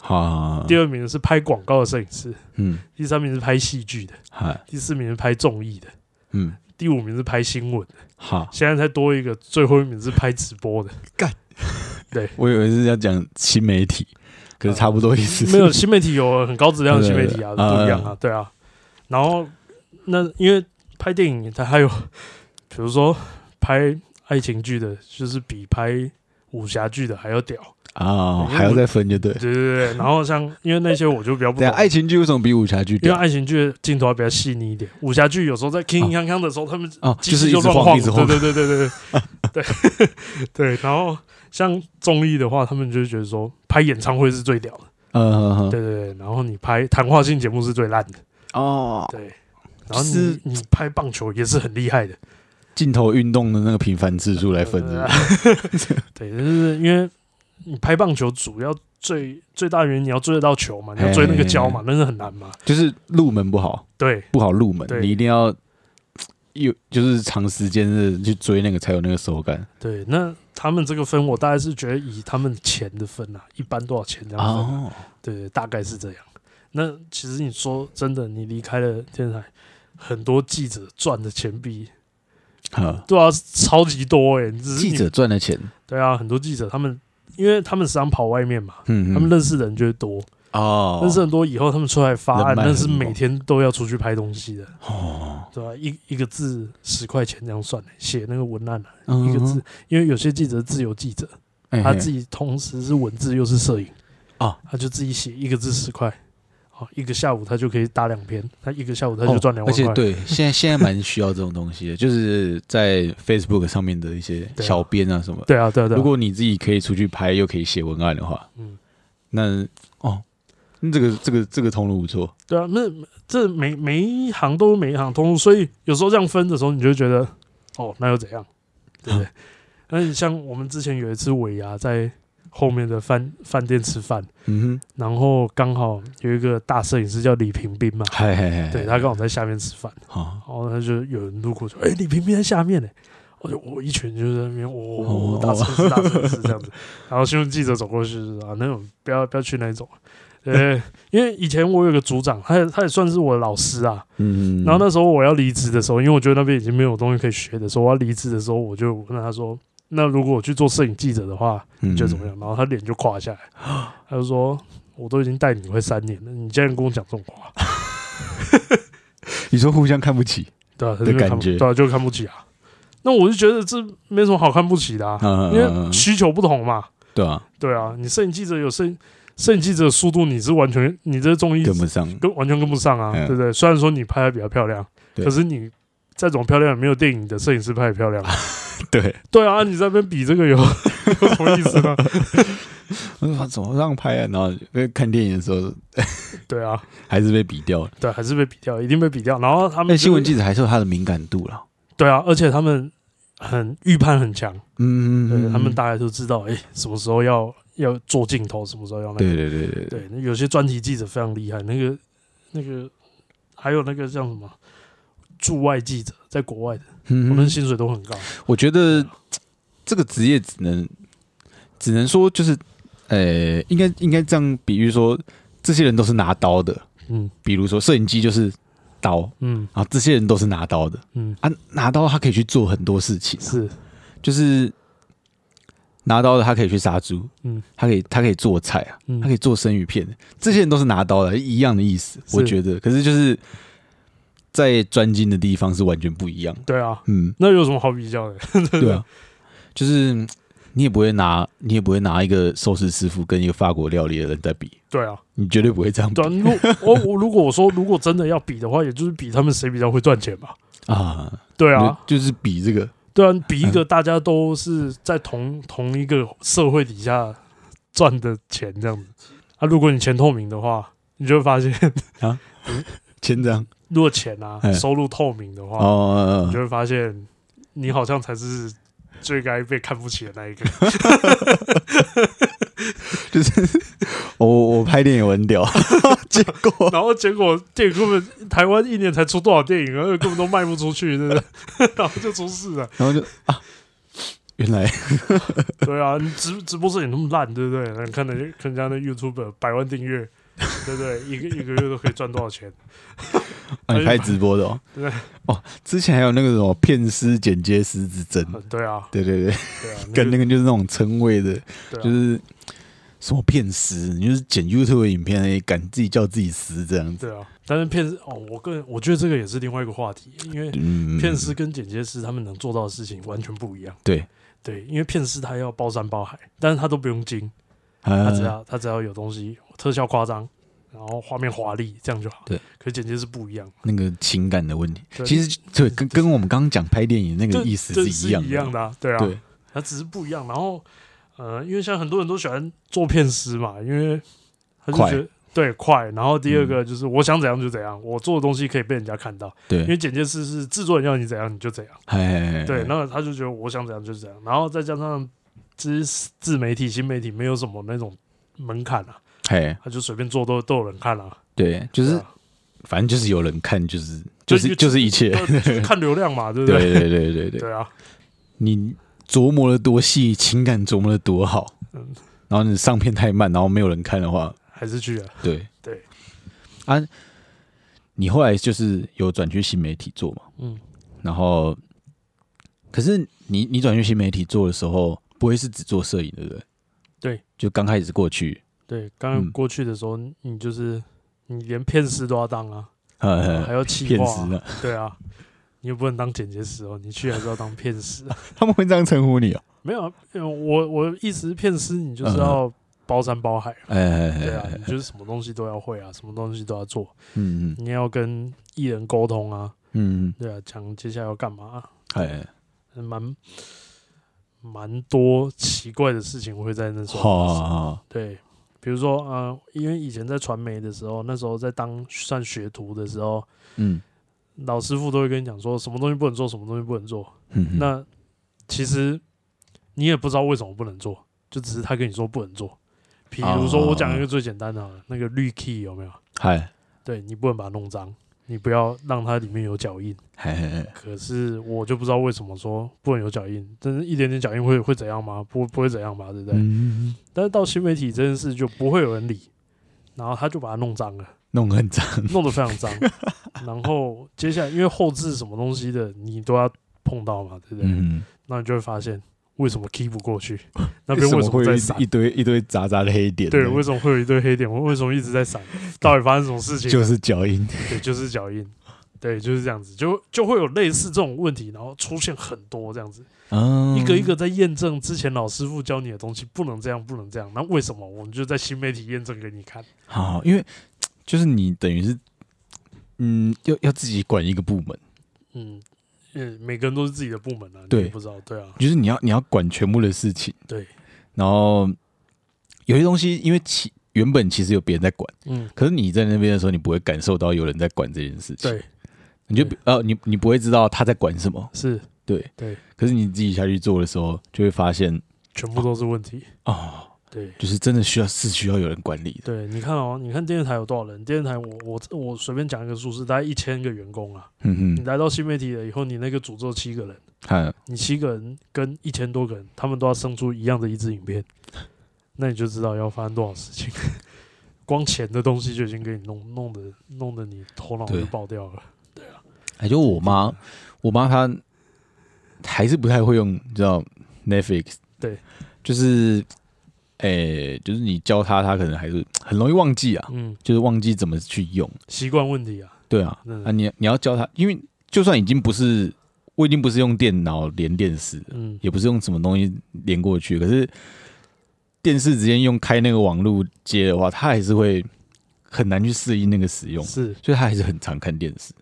Speaker 2: 啊好好，好
Speaker 1: 第二名是拍广告的摄影师，
Speaker 2: 嗯，
Speaker 1: 第三名是拍戏剧的，
Speaker 2: 嗨，
Speaker 1: 第四名是拍综艺的，
Speaker 2: 嗯，
Speaker 1: 第五名是拍新闻的，
Speaker 2: 好，
Speaker 1: 现在才多一个最后一名是拍直播的。
Speaker 2: 我以为是要讲新媒体，可是差不多意思，
Speaker 1: 没有，新媒体有很高质量的新媒体啊，
Speaker 2: 对对嗯对
Speaker 1: 不一样啊，对啊。然后那因为拍电影，它还有比如说拍爱情剧的，就是比拍武侠剧的还要屌，
Speaker 2: 啊，还要再分就对了。
Speaker 1: 对对对。然后像因为那些我就比较不
Speaker 2: 对
Speaker 1: 懂
Speaker 2: 啊，，爱情剧为什么比武侠剧
Speaker 1: 因为
Speaker 2: 屌？
Speaker 1: 爱情剧的镜头还比较细腻一点，武侠剧有时候在铿铿锵锵的时候，他们
Speaker 2: 哦，
Speaker 1: 机器
Speaker 2: 啊就是一
Speaker 1: 就
Speaker 2: 直
Speaker 1: 乱
Speaker 2: 晃，
Speaker 1: 晃，
Speaker 2: 一直晃。
Speaker 1: 对对对对 对对对。然后像综艺的话，他们就觉得说拍演唱会是最屌的，
Speaker 2: 嗯嗯嗯
Speaker 1: 对对对。然后你拍谈话性节目是最烂的。
Speaker 2: 哦，
Speaker 1: 对，然后你
Speaker 2: 是
Speaker 1: 你拍棒球也是很厉害的，
Speaker 2: 镜头运动的那个频繁次数来分是不是，
Speaker 1: 对，就是因为你拍棒球主要最最大原因你要追得到球嘛，你要追那个胶
Speaker 2: 哎
Speaker 1: 嘛，那是很难嘛。
Speaker 2: 就是入门不好，
Speaker 1: 对
Speaker 2: 不好入门，
Speaker 1: 对
Speaker 2: 你一定要有就是长时间的去追那个才有那个手感
Speaker 1: 对，那他们这个分，我大概是觉得以他们钱的分啊，一般多少钱这样分啊、
Speaker 2: 哦。
Speaker 1: 对对，大概是这样。那其实你说真的，你离开了电视台，很多记者赚的钱比
Speaker 2: 好，
Speaker 1: 对啊超级多哎、欸，只是
Speaker 2: 记
Speaker 1: 你
Speaker 2: 者赚的钱，
Speaker 1: 对啊，很多记者他们因为他们时常跑外面嘛，
Speaker 2: 嗯，
Speaker 1: 他们认识的人就会多，
Speaker 2: 哦，
Speaker 1: 但是很多以后他们出来发案，
Speaker 2: 人脉很
Speaker 1: 那是
Speaker 2: 广
Speaker 1: 每天都要出去拍东西的，
Speaker 2: 哦，
Speaker 1: 对吧、一一个字十块钱这样算，写那个文案、啊，
Speaker 2: 嗯
Speaker 1: 一个字，，因为有些记者是自由记者，
Speaker 2: 哎
Speaker 1: 他自己同时是文字又是摄影，
Speaker 2: 哦，
Speaker 1: 他就自己写一个字十块，好，一个下午他就可以打两篇，他一个下午他
Speaker 2: 嘿
Speaker 1: 就赚两
Speaker 2: 哦而
Speaker 1: 万
Speaker 2: 且
Speaker 1: 块，
Speaker 2: 对，现在现在蛮需要这种东 西的，就是在 Facebook 上面的一些
Speaker 1: 对啊
Speaker 2: 小编啊什么。
Speaker 1: 对啊，对啊，对啊，
Speaker 2: 如果你自己可以出去拍，又可以写文案的话，
Speaker 1: 嗯，
Speaker 2: 那哦，那这个这个这个通路不错，
Speaker 1: 对啊，那这每每一行都有每一行通路，所以有时候这样分的时候，你就会觉得，哦，那又怎样，对不对？ 那你像我们之前有一次尾牙在后面的饭饭店吃饭，
Speaker 2: 嗯
Speaker 1: 然后刚好有一个大摄影师叫李平斌嘛
Speaker 2: 哼，，嗨嗨嗨，
Speaker 1: 对他刚好在下面吃饭，
Speaker 2: 好，
Speaker 1: 然后他就有人路过说，哎、李平斌在下面呢、我就我一群就在那边，我、哦
Speaker 2: 哦
Speaker 1: 大城市大城市这 样子，然后新闻记者走过去就说啊，那种不要不要去那种，呃，因为以前我有个组长，他也他也算是我的老师啊，
Speaker 2: 嗯，
Speaker 1: 然后那时候我要离职的时候，因为我觉得那边已经没有东西可以学的时候，我要离职的时候，我就跟他说：“那如果我去做摄影记者的话，
Speaker 2: 那
Speaker 1: 你觉得怎么样？”然后他脸就垮下来，他就说：“我都已经带你快三年了，你竟然跟我讲这种话，
Speaker 2: 你说互相看不起，
Speaker 1: 对啊，
Speaker 2: 的
Speaker 1: 他就看
Speaker 2: 感觉
Speaker 1: 对啊，就看不起啊。”那我就觉得这没什么好看不起的、啊，
Speaker 2: 嗯
Speaker 1: 因为需求不同嘛。
Speaker 2: 对啊，
Speaker 1: 对啊，你摄影记者有摄影摄影记者的速度，你是完全你这综艺
Speaker 2: 跟不上，
Speaker 1: 跟完全跟不上啊，
Speaker 2: 嗯
Speaker 1: 对不对？虽然说你拍的比较漂亮，
Speaker 2: 对
Speaker 1: 可是你再怎么漂亮，也没有电影的摄影师拍的漂亮。啊
Speaker 2: 对，
Speaker 1: 对啊，你在那边比这个有有什么意思呢？
Speaker 2: 我说怎么让拍啊？然后呃看电影的时候
Speaker 1: 对啊，
Speaker 2: 还是被比掉了。
Speaker 1: 对，还是被比掉，一定被比掉。然后他们
Speaker 2: 那
Speaker 1: 就是
Speaker 2: 哎新闻记者还是有他的敏感度了，
Speaker 1: 对啊，而且他们很预判很强，
Speaker 2: 嗯，
Speaker 1: 对
Speaker 2: 嗯
Speaker 1: 他们大概都知道，哎，什么时候要要做镜头，什么时候要那个。
Speaker 2: 对对对对对，
Speaker 1: 对，那有些专题记者非常厉害，那个那个还有那个叫什么驻外记者，在国外的，
Speaker 2: 嗯
Speaker 1: 我们
Speaker 2: 嗯
Speaker 1: 薪水都很高。
Speaker 2: 我觉得这个职业只能只能说就是，呃，应该应该这样比喻说，这些人都是拿刀的，
Speaker 1: 嗯
Speaker 2: 比如说摄影机就是刀，
Speaker 1: 嗯
Speaker 2: 然后这些人都是拿刀的
Speaker 1: 嗯，
Speaker 2: 啊，拿刀他可以去做很多事情啊，
Speaker 1: 是
Speaker 2: 就是拿刀的他可以去杀猪，
Speaker 1: 嗯
Speaker 2: 嗯，他可以他可以做菜啊，
Speaker 1: 嗯
Speaker 2: 他可以做生鱼片，这些人都是拿刀的，一样的意思，
Speaker 1: 是
Speaker 2: 我觉得，可是就是在专精的地方是完全不一样的，
Speaker 1: 对啊，
Speaker 2: 嗯，
Speaker 1: 那有什么好比较的？
Speaker 2: 对啊，就是你也不会拿，你也不会拿一个寿司师傅跟一个法国料理的人在比，
Speaker 1: 对啊，
Speaker 2: 你绝对不会这样比
Speaker 1: 对啊。如我我如果我说如果真的要比的话，也就是比他们谁比较会赚钱吧。
Speaker 2: 啊。
Speaker 1: 对啊，
Speaker 2: 就就是比这个，
Speaker 1: 对啊，比一
Speaker 2: 嗯
Speaker 1: 个大家都是在同同一个社会底下赚的钱这样子。啊，如果你钱透明的话，你就会发现，
Speaker 2: 千张
Speaker 1: 如果钱啊
Speaker 2: 哎
Speaker 1: 收入透明的话，
Speaker 2: 哦
Speaker 1: 你，就会发现你好像才是最该被看不起的那一个。
Speaker 2: 我我拍电影我很屌， 结果
Speaker 1: 然后结果电影根本台湾一年才出多少电影啊，而且根本都卖不出去，真的， 然后就出事了。
Speaker 2: 然后就啊，原来
Speaker 1: 对啊，你直直播室也那么烂，对不对？那你看人家看人家那 YouTube 百万订阅，对不对？一个一个月都可以赚多少钱？
Speaker 2: 啊你拍直播的哦，
Speaker 1: 对
Speaker 2: 哦，之前还有那个什么骗师剪接师之争，
Speaker 1: 嗯对啊，
Speaker 2: 对对对，
Speaker 1: 对啊，
Speaker 2: 跟那
Speaker 1: 个
Speaker 2: 个就是那种称谓的，
Speaker 1: 对啊
Speaker 2: 就是什么骗师，你就是剪 YouTube 的影片而已，敢自己叫自己师这样子，
Speaker 1: 对啊，但是骗哦，我个人我觉得这个也是另外一个话题，因为
Speaker 2: 嗯，
Speaker 1: 骗师跟剪接师他们能做到的事情完全不一样。
Speaker 2: 对，
Speaker 1: 对，因为骗师他要包山包海，但是他都不用精，
Speaker 2: 啊
Speaker 1: 他只要他只要有东西特效夸张，然后画面华丽，这样就好。
Speaker 2: 对，
Speaker 1: 可是剪接是不一样，
Speaker 2: 那个情感的问题，
Speaker 1: 对
Speaker 2: 其实对跟跟我们刚刚讲拍电影那个
Speaker 1: 这
Speaker 2: 意思
Speaker 1: 这
Speaker 2: 一
Speaker 1: 是
Speaker 2: 样
Speaker 1: 一样的、啊，对啊，
Speaker 2: 对，
Speaker 1: 它只是不一样。然后呃，因为现在很多人都喜欢做片师嘛，因为他就
Speaker 2: 快嗯
Speaker 1: 觉得。对，快。然后第二个就是我想怎样就怎样，我做的东西可以被人家看到。
Speaker 2: 对
Speaker 1: 因为剪接师是制作人要你怎样你就怎样。
Speaker 2: 哎，
Speaker 1: 对，那他就觉得我想怎样就是怎样，然后再加上自自媒体、新媒体没有什么那种门槛啊，
Speaker 2: 哎，
Speaker 1: 他就随便做都都有人看 啊，
Speaker 2: 对，就
Speaker 1: 就是
Speaker 2: 反正就是有人看，就是就是
Speaker 1: 就
Speaker 2: 就是一切，
Speaker 1: 看流量嘛，对不
Speaker 2: 对
Speaker 1: 对？
Speaker 2: 对对对对，
Speaker 1: 对啊，
Speaker 2: 你琢磨的多细，情感琢磨的多好
Speaker 1: 嗯，
Speaker 2: 然后你上片太慢，然后没有人看的话，
Speaker 1: 还是去啊，
Speaker 2: 对
Speaker 1: 对
Speaker 2: 啊，你后来就是有转去新媒体做嘛，
Speaker 1: 嗯，
Speaker 2: 然后可是你你转去新媒体做的时候，不会是只做摄影对不对？
Speaker 1: 对，
Speaker 2: 就刚开始过去，
Speaker 1: 对，刚刚
Speaker 2: 嗯
Speaker 1: 过去的时候，你就是你连片师都要当啊，还
Speaker 2: 呃，
Speaker 1: 要企
Speaker 2: 骗
Speaker 1: 划
Speaker 2: 师
Speaker 1: 啊，
Speaker 2: 呢，
Speaker 1: 对啊，你又不能当剪接师哦，你去还是要当片师 啊，
Speaker 2: 他们会这样称呼你哦，
Speaker 1: 没有啊，呃我我意思是片师你就是要包山包海，
Speaker 2: 嗯哎哎哎
Speaker 1: 对啊，
Speaker 2: 哎，
Speaker 1: 你就是什么东西都要会啊，什么东西都要做。
Speaker 2: 嗯嗯
Speaker 1: 你要跟艺人沟通啊，
Speaker 2: 嗯，
Speaker 1: 对啊，讲接下来要干嘛、啊，
Speaker 2: 哎哎。
Speaker 1: 蛮蛮多奇怪的事情会在那时候
Speaker 2: 好
Speaker 1: 发生。
Speaker 2: 好好，
Speaker 1: 对，比如说呃，因为以前在传媒的时候，那时候在当算学徒的时候，
Speaker 2: 嗯
Speaker 1: 老师傅都会跟你讲说什么东西不能做，什么东西不能做。
Speaker 2: 嗯哼，
Speaker 1: 那其实你也不知道为什么不能做，就只是他跟你说不能做。比如
Speaker 2: 哦
Speaker 1: 说，我讲一个最简单的好了，那个绿 key 有没有？
Speaker 2: 嗨
Speaker 1: 对你不能把它弄脏，你不要让它里面有脚印。
Speaker 2: 嗨嗨嗨，
Speaker 1: 可是我就不知道为什么说不能有脚印，但是一点点脚印会会怎样吗？不不会怎样吧，对不对？
Speaker 2: 嗯，
Speaker 1: 但是到新媒体这件事就不会有人理，然后他就把它弄 脏了，
Speaker 2: 弄得很脏，
Speaker 1: 弄得非常脏。然后接下来因为后置什么东西的你都要碰到嘛，对不对？
Speaker 2: 嗯，
Speaker 1: 那你就会发现为什么 key 不过 去，那
Speaker 2: 那
Speaker 1: 边为什
Speaker 2: 什么会
Speaker 1: 在
Speaker 2: 有
Speaker 1: 闪
Speaker 2: 一一？堆一堆杂杂的黑点呢？
Speaker 1: 对，为什么会有一堆黑点？我为什么一直在闪？到底发生什么事情？
Speaker 2: 就是脚印，
Speaker 1: 对，就是脚印。对，就是这样子，就就会有类似这种问题，然后出现很多这样子。
Speaker 2: 嗯
Speaker 1: 一个一个在验证之前老师傅教你的东西，不能这样，不能这样。那为什么我们就在新媒体验证给你看？
Speaker 2: 好，因为就是你等于是，嗯，要要自己管一个部门，
Speaker 1: 嗯嗯，每个人都是自己的部门啊，你
Speaker 2: 对
Speaker 1: 也不知道，对啊，
Speaker 2: 就是你要你要管全部的事情，
Speaker 1: 对，
Speaker 2: 然后有些东西因为其原本其实有别人在管，
Speaker 1: 嗯，
Speaker 2: 可是你在那边的时候，你不会感受到有人在管这件事情，
Speaker 1: 对，
Speaker 2: 你就
Speaker 1: 对
Speaker 2: 呃你你不会知道他在管什么，
Speaker 1: 是
Speaker 2: 对
Speaker 1: 对，
Speaker 2: 可是你自己下去做的时候，就会发现
Speaker 1: 全部都是问题。
Speaker 2: 哦，
Speaker 1: 对
Speaker 2: 就是真的需要是需要有人管理的。
Speaker 1: 对，你看哦，你看电视台有多少人？电视台我我我随便讲一个数字，大概一千个员工啊。
Speaker 2: 嗯
Speaker 1: 你
Speaker 2: 嗯，
Speaker 1: 来到新媒体了以后，你那个诅咒七个人，
Speaker 2: 看
Speaker 1: 你七个人跟一千多个人，他们都要生出一样的一支影片，那你就知道要发生多少事情。 光钱的东西就已经给你弄弄得弄得你头脑
Speaker 2: 对
Speaker 1: 就爆掉了。
Speaker 2: 哎，就我妈，我妈她还是不太会用，你知道 Netflix，
Speaker 1: 对，
Speaker 2: 就是，哎、就是你教她，她可能还是很容易忘记啊，
Speaker 1: 嗯，
Speaker 2: 就是忘记怎么去用，
Speaker 1: 习惯问题啊，
Speaker 2: 对啊，
Speaker 1: 嗯
Speaker 2: 啊你你要教她，因为就算已经不是我已经不是用电脑连电视了，
Speaker 1: 嗯，
Speaker 2: 也不是用什么东西连过去，可是电视直接用开那个网路接的话，它还是会很难去适应那个使用，
Speaker 1: 是
Speaker 2: 所以它还是很常看电视。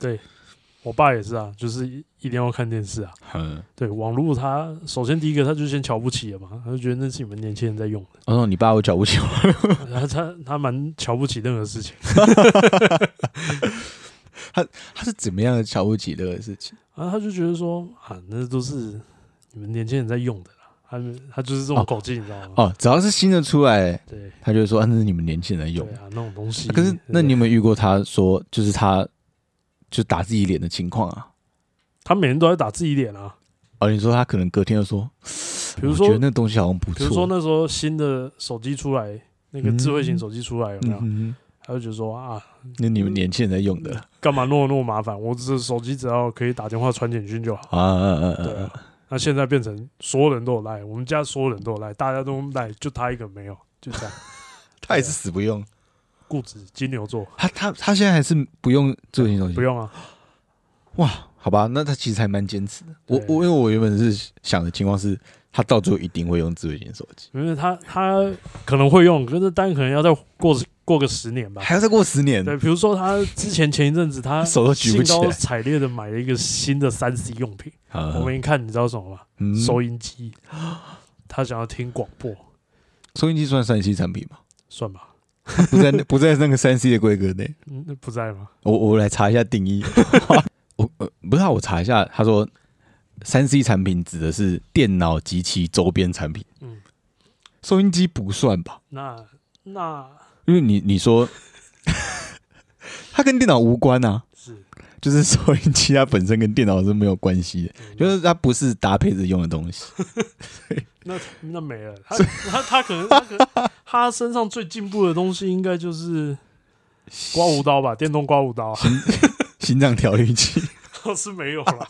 Speaker 1: 我爸也是啊，就是一一定要看电视啊。
Speaker 2: 嗯，
Speaker 1: 对，网络他首先第一个他就先瞧不起了嘛，他就觉得那是你们年轻人在用的，
Speaker 2: 我说哦你爸我瞧不起我，
Speaker 1: 然后他他蛮瞧不起任何事情。
Speaker 2: 他是怎么样的瞧不起这个事情？
Speaker 1: 然后他就觉得说啊，那都是你们年轻人在用的啦，他们他就是这种
Speaker 2: 哦
Speaker 1: 口气，你知道吗？
Speaker 2: 哦，只要是新的出来，
Speaker 1: 对
Speaker 2: 他就会说啊，那是你们年轻人
Speaker 1: 对
Speaker 2: 用。
Speaker 1: 啊，那种东西。
Speaker 2: 啊可是，那
Speaker 1: 对
Speaker 2: 你有没有遇过他说，就是他就打自己脸的情况啊？
Speaker 1: 他每天都在打自己脸啊，
Speaker 2: 哦，你说他可能隔天就说，
Speaker 1: 比如
Speaker 2: 我
Speaker 1: 说
Speaker 2: 觉得那东西好像不
Speaker 1: 比如说
Speaker 2: 错，
Speaker 1: 那时候新的手机出来，那个
Speaker 2: 嗯
Speaker 1: 智慧型手机出来有没
Speaker 2: 嗯
Speaker 1: 有？
Speaker 2: 哼，
Speaker 1: 他就觉得说啊，
Speaker 2: 那你们年轻人在用的
Speaker 1: 干嘛弄得那么麻烦？我只是手机只要可以打电话传简讯就好。
Speaker 2: 啊啊啊
Speaker 1: 对
Speaker 2: 啊！
Speaker 1: 啊，那现在变成所有人都有赖，我们家所有人都有赖，大家都赖，就他一个没有，就这样。
Speaker 2: 他也是死不用，
Speaker 1: 固执金牛座
Speaker 2: 他他他现在还是不用做这些东西
Speaker 1: 不，用啊，
Speaker 2: 哇，好吧，那他其实还蛮坚持的。我
Speaker 1: 对
Speaker 2: 我因为我原本是想的情况是，他到最后一定会用智慧型手机，
Speaker 1: 因为他他可能会用，可是但可能要再过过个十年吧。
Speaker 2: 还要再过十年，
Speaker 1: 对，比如说他之前前一阵子他
Speaker 2: 手都举
Speaker 1: 兴
Speaker 2: 不起来
Speaker 1: 高采烈的买了一个新的三 C 用品，
Speaker 2: 啊
Speaker 1: 我们一看你知道什么吗？
Speaker 2: 嗯
Speaker 1: 收音机，他想要听广播，
Speaker 2: 收音机算三 C 产品吗？
Speaker 1: 算吧，
Speaker 2: 不在那不在那个三 C 的规格内。
Speaker 1: 嗯，那不在吗？
Speaker 2: 我我来查一下定义。我呃不是、啊，我查一下，他说三 C 产品指的是电脑及其周边产品，
Speaker 1: 嗯
Speaker 2: 收音机不算吧？
Speaker 1: 那那
Speaker 2: 因为你你说它跟电脑无关啊，
Speaker 1: 是，
Speaker 2: 就是收音机它本身跟电脑是没有关系的，
Speaker 1: 嗯
Speaker 2: 就是它不是搭配着用的东西。
Speaker 1: 那那没了。他他他可能他可能他身上最进步的东西，应该就是刮胡刀吧，电动刮胡刀啊
Speaker 2: 心脏调理器，
Speaker 1: 是没有了。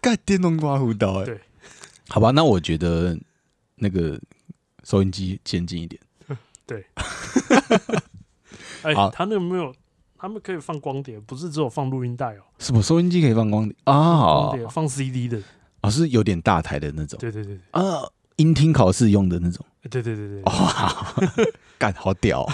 Speaker 2: 干电动刮胡刀、欸，
Speaker 1: 对，
Speaker 2: 好吧，那我觉得那个收音机先进一点。
Speaker 1: 哎
Speaker 2: 好，
Speaker 1: 他那个没有，他们可以放光碟，不是只有放录音带哦，
Speaker 2: 什么收音机可以放光碟啊？
Speaker 1: 光
Speaker 2: 哦
Speaker 1: 碟放 CD 的。
Speaker 2: 哦，是有点大台的那种
Speaker 1: 对对对对
Speaker 2: 啊，音听考试用的那种。
Speaker 1: 对对对对
Speaker 2: 哇、
Speaker 1: 对，
Speaker 2: 哦，干好屌哦、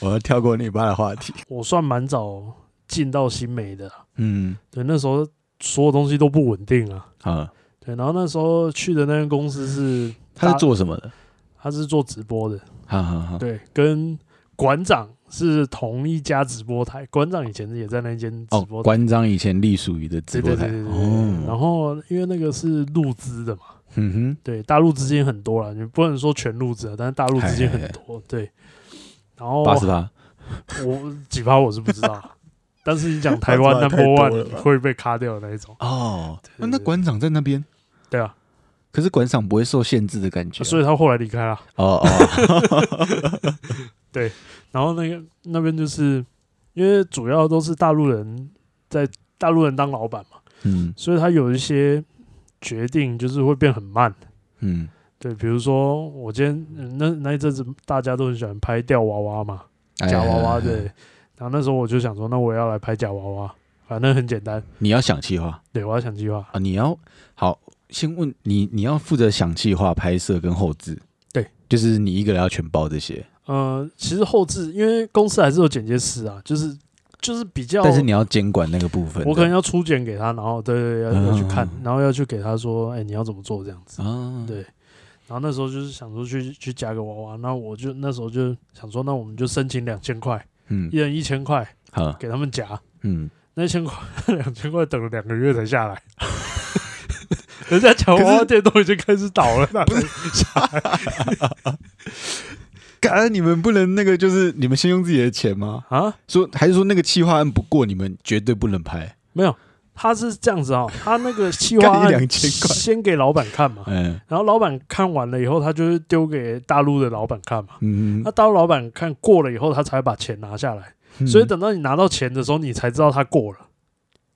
Speaker 2: 我要跳过你爸的话题。
Speaker 1: 我算蛮早进到新美的啊，
Speaker 2: 嗯
Speaker 1: 对，那时候所有东西都不稳定啊。
Speaker 2: 啊，
Speaker 1: 对，然后那时候去的那间公司是，
Speaker 2: 他是做什么的？
Speaker 1: 他是做直播的，
Speaker 2: 哈哈哈。
Speaker 1: 对，跟馆长是同一家直播台，馆长以前也在那间直
Speaker 2: 哦
Speaker 1: 播，台。
Speaker 2: 关张以前隶属于的直
Speaker 1: 对
Speaker 2: 播
Speaker 1: 对
Speaker 2: 台
Speaker 1: 对对对，对然
Speaker 2: 哦，
Speaker 1: 后因为那个是入资的嘛，
Speaker 2: 嗯
Speaker 1: 对，大陆资金很多啦，你不能说全入资啊，但是大陆资金很多，对。然后
Speaker 2: 哼，八十八，
Speaker 1: 我几趴我是不知 道，但是你讲台湾
Speaker 2: 八十趴太
Speaker 1: number
Speaker 2: 多了吧
Speaker 1: one 会被卡掉的那一种，
Speaker 2: 哦，
Speaker 1: 对
Speaker 2: 那那馆长在那边，
Speaker 1: 对啊，
Speaker 2: 可是馆长不会受限制的感觉啊，
Speaker 1: 所以他后来离开了。
Speaker 2: 哦哦，
Speaker 1: 然后那个那边就是因为主要都是大陆人在大陆人当老板嘛，
Speaker 2: 嗯
Speaker 1: 所以他有一些决定就是会变很慢。
Speaker 2: 嗯，
Speaker 1: 对，比如说我今天嗯那那一阵子大家都很喜欢拍吊娃娃嘛，
Speaker 2: 哎
Speaker 1: 假娃娃，对，。然后那时候我就想说，那我也要来拍假娃娃，反正很简单。
Speaker 2: 你要想计划
Speaker 1: 对，我要想计划。
Speaker 2: 啊，你要好，先问你，你要负责想计划、拍摄跟后置，
Speaker 1: 对，
Speaker 2: 就是你一个人要全包这些，
Speaker 1: 呃，其实后置因为公司还是有剪接师啊，就是就是比较，
Speaker 2: 但是你要监管那个部分
Speaker 1: 哦
Speaker 2: 的。
Speaker 1: 我可能要出剪给他，然后对对对要要去看
Speaker 2: 嗯嗯，
Speaker 1: 然后要去给他说，哎，你要怎么做这样子。
Speaker 2: 啊，
Speaker 1: 对然后那时候就是想说去去夹个娃娃，那我就那时候就想说，那我们就申请两千块，
Speaker 2: 嗯
Speaker 1: 一，人一千块
Speaker 2: 好，
Speaker 1: 给他们夹，
Speaker 2: 嗯，
Speaker 1: 那一千块 两千块等了两个月才下来。 人家假娃
Speaker 2: 可
Speaker 1: 娃
Speaker 2: 是
Speaker 1: 店都已经开始倒了，哪能
Speaker 2: 敢你们不能那个，就是你们先用自己的钱吗？
Speaker 1: 啊，
Speaker 2: 说还是说那个企划案不过，你们绝对不能拍？
Speaker 1: 没有，他是这样子啊、他那个企划
Speaker 2: 干你
Speaker 1: 案
Speaker 2: 2000块
Speaker 1: 先给老板看嘛，
Speaker 2: 嗯
Speaker 1: 然后老板看完了以后，他就是丢给大陆的老板看嘛，
Speaker 2: 嗯嗯
Speaker 1: 那，大陆老板看过了以后，他才把钱拿下来，所以等到你拿到钱的时候，你才知道他过了。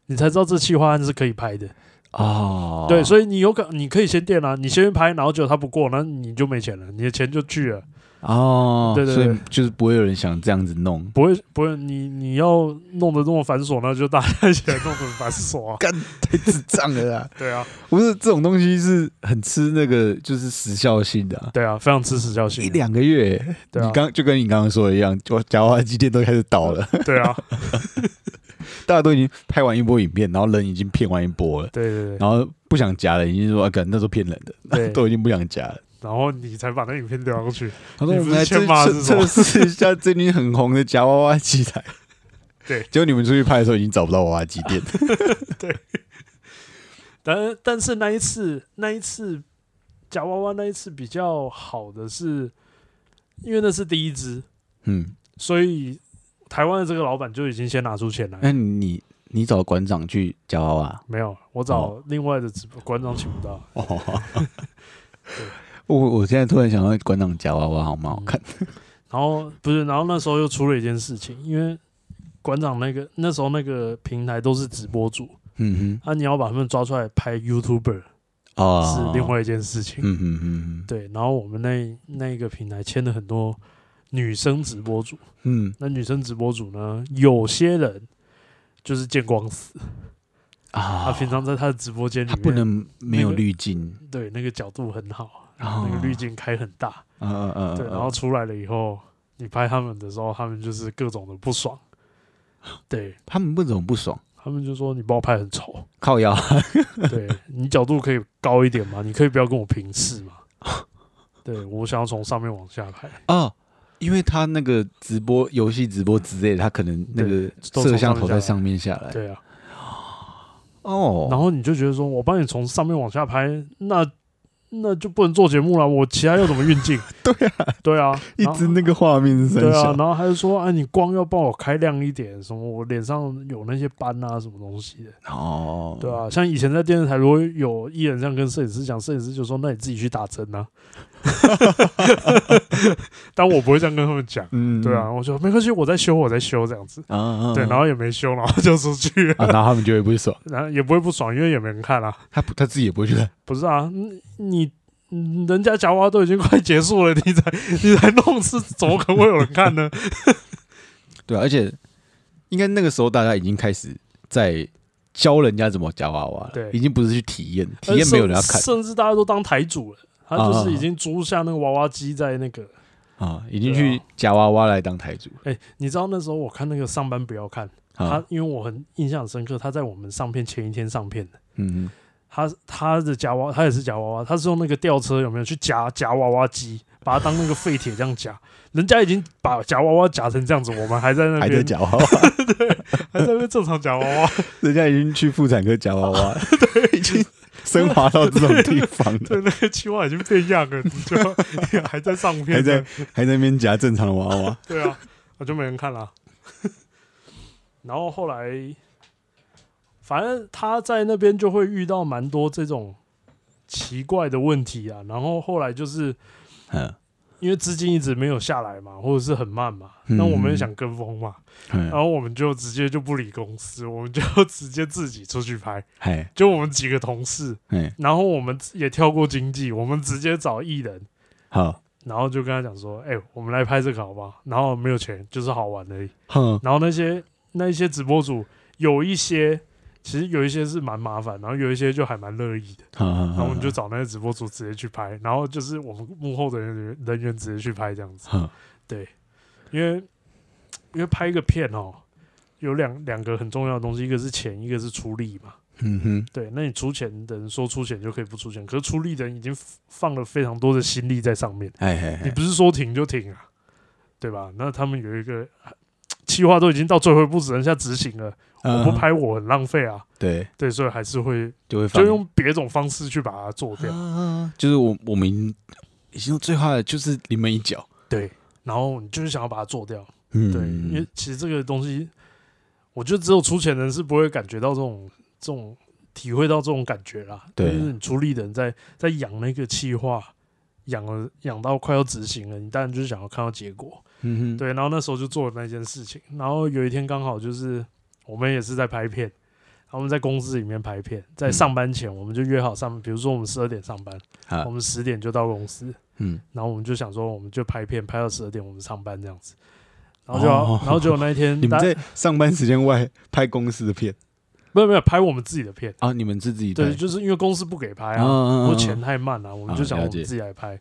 Speaker 1: 你才知道这企划案是可以拍的，
Speaker 2: 哦，
Speaker 1: 对，
Speaker 2: 以
Speaker 1: 所以你有可你可以先垫啊，你先拍，然后结果他不过，那你就没钱了，你的钱就去了，
Speaker 2: 哦，
Speaker 1: 对对
Speaker 2: 所
Speaker 1: 对
Speaker 2: 以就是不会有人想这样子弄，。
Speaker 1: 不会不会，你你要弄得那么繁琐，那就大家一起来弄得很繁琐啊
Speaker 2: 干太智障了啦！
Speaker 1: 对啊，
Speaker 2: 不是这种东西是很吃那个就是时效性的、啊，
Speaker 1: 对啊，非常支持教
Speaker 2: 一
Speaker 1: 训。
Speaker 2: 两个月、
Speaker 1: 对啊
Speaker 2: 你，刚就跟你刚刚说的一样，就假话机店都开始 倒了，
Speaker 1: 对啊，
Speaker 2: 大家都已经拍完一波影片，然后人已经骗完一波了，
Speaker 1: 对对对
Speaker 2: 然后不想夹了，已经说啊，干那都骗人的，
Speaker 1: 对
Speaker 2: 都已经不想夹了。
Speaker 1: 然后你才把那影片丢上去。
Speaker 2: 他说
Speaker 1: 你
Speaker 2: 我
Speaker 1: 不是
Speaker 2: 们来测
Speaker 1: 欠骂
Speaker 2: 测
Speaker 1: 是什
Speaker 2: 测
Speaker 1: 么
Speaker 2: 试一下最近很红的夹娃娃机台，
Speaker 1: 对
Speaker 2: 结果你们出去拍的时候已经找不到娃娃机店，
Speaker 1: 但但是那一次那一次夹娃娃那一次比较好的是，因为那是第一只，
Speaker 2: 嗯，
Speaker 1: 所以台湾的这个老板就已经先拿出钱来。
Speaker 2: 那你你找馆长去夹娃娃，
Speaker 1: 没有，我找另外的直播馆长请不到。
Speaker 2: 哦，我我现在突然想到馆长夹娃娃好蛮好看，
Speaker 1: 然后不是，然后那时候又出了一件事情，因为馆长那个那时候那个平台都是直播主，
Speaker 2: 嗯
Speaker 1: 啊，你要把他们抓出来拍 YouTuber
Speaker 2: 哼，
Speaker 1: 是
Speaker 2: 哦，
Speaker 1: 另，外一件事情。
Speaker 2: 嗯哼嗯
Speaker 1: 对，然后我们那那一个平台签了很多女生直播主，
Speaker 2: 哼，嗯
Speaker 1: 那女生直播主呢，有些人就是见光死，她
Speaker 2: 啊，
Speaker 1: 平常在她的直播间里
Speaker 2: 他
Speaker 1: 面
Speaker 2: 不能没有滤镜，
Speaker 1: 对那个角度很好，啊
Speaker 2: 哦
Speaker 1: 那个滤镜开很大，
Speaker 2: 嗯嗯嗯，
Speaker 1: 对，然后出来了以后，你拍他们的时候，他们就是各种的不 爽，对
Speaker 2: 他们为什么不爽？
Speaker 1: 他们就说你帮我拍很丑，
Speaker 2: 靠腰，
Speaker 1: 对你角度可以高一点嘛，你可以不要跟我平视 嘛，对我想要从上面往下拍，
Speaker 2: 哦，因为他那个直播游戏直播之类的，他可能那个
Speaker 1: 都从
Speaker 2: 摄像头在
Speaker 1: 上
Speaker 2: 上面下来。
Speaker 1: 对啊，
Speaker 2: 哦，
Speaker 1: 然后你就觉得说我帮你从上面往下拍，那那就不能做节目了，我其他要怎么运镜？ 对啊，对
Speaker 2: 一
Speaker 1: 啊，
Speaker 2: 直那个画面是三
Speaker 1: 对啊
Speaker 2: 小，
Speaker 1: 然后还是说啊，你光要帮我开亮一点，什么我脸上有那些斑啊，什么东西的，
Speaker 2: 哦，
Speaker 1: 对啊，像以前在电视台，如果有艺人这样跟摄影师讲，摄影师就说那你自己去打针啊， 但我不会这样跟他们讲。
Speaker 2: 嗯
Speaker 1: 对啊，，我说没关系，我在修，我在修这样子，
Speaker 2: 啊啊，
Speaker 1: 对，然后也没修，然后就出去了，
Speaker 2: 啊，然后他们就会不爽，
Speaker 1: 然后也不会不爽，因为也没人看啊。
Speaker 2: 他不他自己也不会觉得
Speaker 1: 不是啊，嗯你嗯人家夹娃娃都已经快结束了，你才你才弄是怎么可能会有人看呢？
Speaker 2: 对啊，而且应该那个时候大家已经开始在教人家怎么夹娃娃了，
Speaker 1: 对呃
Speaker 2: 已经不是去体验， 体验没有人要看
Speaker 1: 甚甚至大家都当台主了，他
Speaker 2: 啊
Speaker 1: 就是已经租下那个娃娃机在那个。
Speaker 2: 啊，已经
Speaker 1: 对啊
Speaker 2: 去夹娃娃来当台主
Speaker 1: 哎、你知道那时候我看那个上班不要看
Speaker 2: 啊
Speaker 1: 他，，因为我很印象深刻，他在我们上片前一天上片的，
Speaker 2: 嗯嗯，
Speaker 1: 他他的夹娃，他也是夹娃娃，他是用那个吊车有没有去夹夹娃娃机，把它当那个废铁这样夹，人家已经把夹娃娃夹成这样子，我们还在那
Speaker 2: 还
Speaker 1: 边
Speaker 2: 在夹娃娃，
Speaker 1: 还在那边正常夹娃娃，
Speaker 2: 人家已经去妇产科夹娃娃， 对，已经升华到这种地方了，
Speaker 1: 对，那个青蛙已经变样了，你就也还在上片，
Speaker 2: 还在，还在那边夹正常的娃娃，
Speaker 1: 对啊， 我就没人看了。 然后后来，反正他在那边就会遇到蛮多这种奇怪的问题啊。然后后来就是
Speaker 2: 嗯
Speaker 1: 因为资金一直没有下来嘛，或者是很慢嘛，
Speaker 2: 嗯
Speaker 1: 那我们也想跟风嘛，然
Speaker 2: 嗯，
Speaker 1: 后我们就直接就不理公司，我们就直接自己出去拍，
Speaker 2: 嗨
Speaker 1: 就我们几个同事，
Speaker 2: 哎，
Speaker 1: 然后我们也跳过经济，我们直接找艺人。
Speaker 2: 好，
Speaker 1: 然后就跟他讲说，哎、我们来拍这个好不好？然后没有钱，就是好玩而已。
Speaker 2: 哼，
Speaker 1: 然后那些那一些直播主有一些，其实有一些是蛮麻烦，然后有一些就还蛮乐意的。
Speaker 2: 好好，
Speaker 1: 然后我们就找那些直播主直接去拍，然后就是我们幕后的人员人员直接去拍这样子，
Speaker 2: 哼，
Speaker 1: 因为因为拍一个片哦，有两两个很重要的东西，一个是钱，一个是出力嘛。
Speaker 2: 嗯哼，
Speaker 1: 对，那你出钱的人说出钱就可以不出钱，可是出力的人已经放了非常多的心力在上面。
Speaker 2: 哎哎
Speaker 1: 你
Speaker 2: 哎，
Speaker 1: 不是说停就停啊，对吧？那他们有一个计划都已经到最后一步，只剩下执行了，我不
Speaker 2: 嗯，
Speaker 1: 拍我很浪费啊。
Speaker 2: 对，
Speaker 1: 对，所以还是会
Speaker 2: 就会
Speaker 1: 就
Speaker 2: 放
Speaker 1: 用别种方式去把它做掉。
Speaker 2: 啊，就是我我们已经最坏的就是临门一脚，
Speaker 1: 对，然后你就是想要把它做掉。
Speaker 2: 嗯，
Speaker 1: 对，因为其实这个东西，我觉得只有出钱的人是不会感觉到这种这种体会到这种感觉啦。
Speaker 2: 对
Speaker 1: 就是你出力的人在在养那个气划，养了养到快要执行了，你当然就是想要看到结果。
Speaker 2: 嗯哼，
Speaker 1: 对，然后那时候就做了那件事情，然后有一天刚好就是我们也是在拍片，然后我们在公司里面拍片，在
Speaker 2: 嗯
Speaker 1: 上班前我们就约好上，比如说我们十二点上班，
Speaker 2: 啊
Speaker 1: 我们十点就到公司，
Speaker 2: 嗯，
Speaker 1: 然后我们就想说，我们就拍片，拍到十二点，我们上班这样子。然后就要，
Speaker 2: 哦
Speaker 1: 然后结果那一天，
Speaker 2: 你们
Speaker 1: 大
Speaker 2: 在上班时间外拍公司的片
Speaker 1: 没有没有拍我们自己的片，
Speaker 2: 啊？你们是自己
Speaker 1: 对，
Speaker 2: 拍
Speaker 1: 就是因为公司不给拍啊，
Speaker 2: 嗯嗯嗯
Speaker 1: 我
Speaker 2: 嗯
Speaker 1: 钱太慢了，我们就想
Speaker 2: 啊
Speaker 1: 我
Speaker 2: 了
Speaker 1: 们
Speaker 2: 解
Speaker 1: 自己来拍。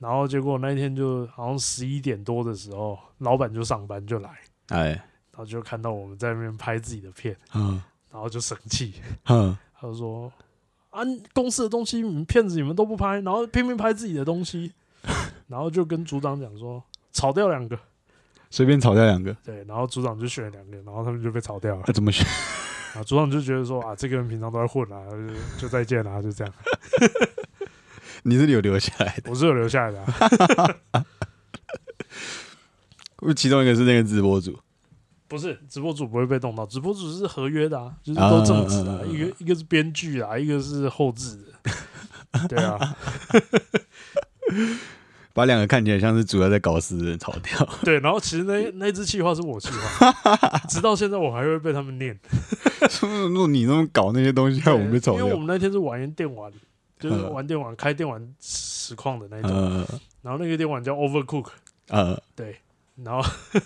Speaker 1: 然后结果那一天就好像十一点多的时候，老板就上班就来，
Speaker 2: 哎，
Speaker 1: 然后就看到我们在那边拍自己的片，
Speaker 2: 嗯
Speaker 1: 然后就生气，
Speaker 2: 嗯，
Speaker 1: 他就说：“啊，公司的东西，你们骗子你们都不拍，然后拼命拍自己的东西。” 然后就跟组长讲说：“炒掉两个。
Speaker 2: 随便炒掉两个，”
Speaker 1: 对，然后组长就选了两个，然后他们就被炒掉了
Speaker 2: 那。怎么选？
Speaker 1: 啊，组长就觉得说：“啊，这个人平常都在混啊，就就再见啦、就这样。
Speaker 2: 你是有留下来”的？
Speaker 1: 我是有留下来的啊、
Speaker 2: 其中一个是那个直播主，
Speaker 1: 不是直播主不会被动到，直播主是合约的啊，就是都正职
Speaker 2: 啊啊
Speaker 1: 啊
Speaker 2: 啊啊，啊
Speaker 1: 一个一个是编剧啊，一个是后置的， 对啊，
Speaker 2: 把两个看起来像是主要在搞事的人炒掉。
Speaker 1: 对，然后其实那那支气话是我气话， 直到现在我还会被他们念，
Speaker 2: 如果你那么搞那些东西， 害我们被炒
Speaker 1: 因为我
Speaker 2: 掉。嗯
Speaker 1: 们那天是玩电玩，就是玩电玩开电玩实况的那种，
Speaker 2: 呃
Speaker 1: 然后那个电玩叫 Overcook，
Speaker 2: 呃，
Speaker 1: 对，然后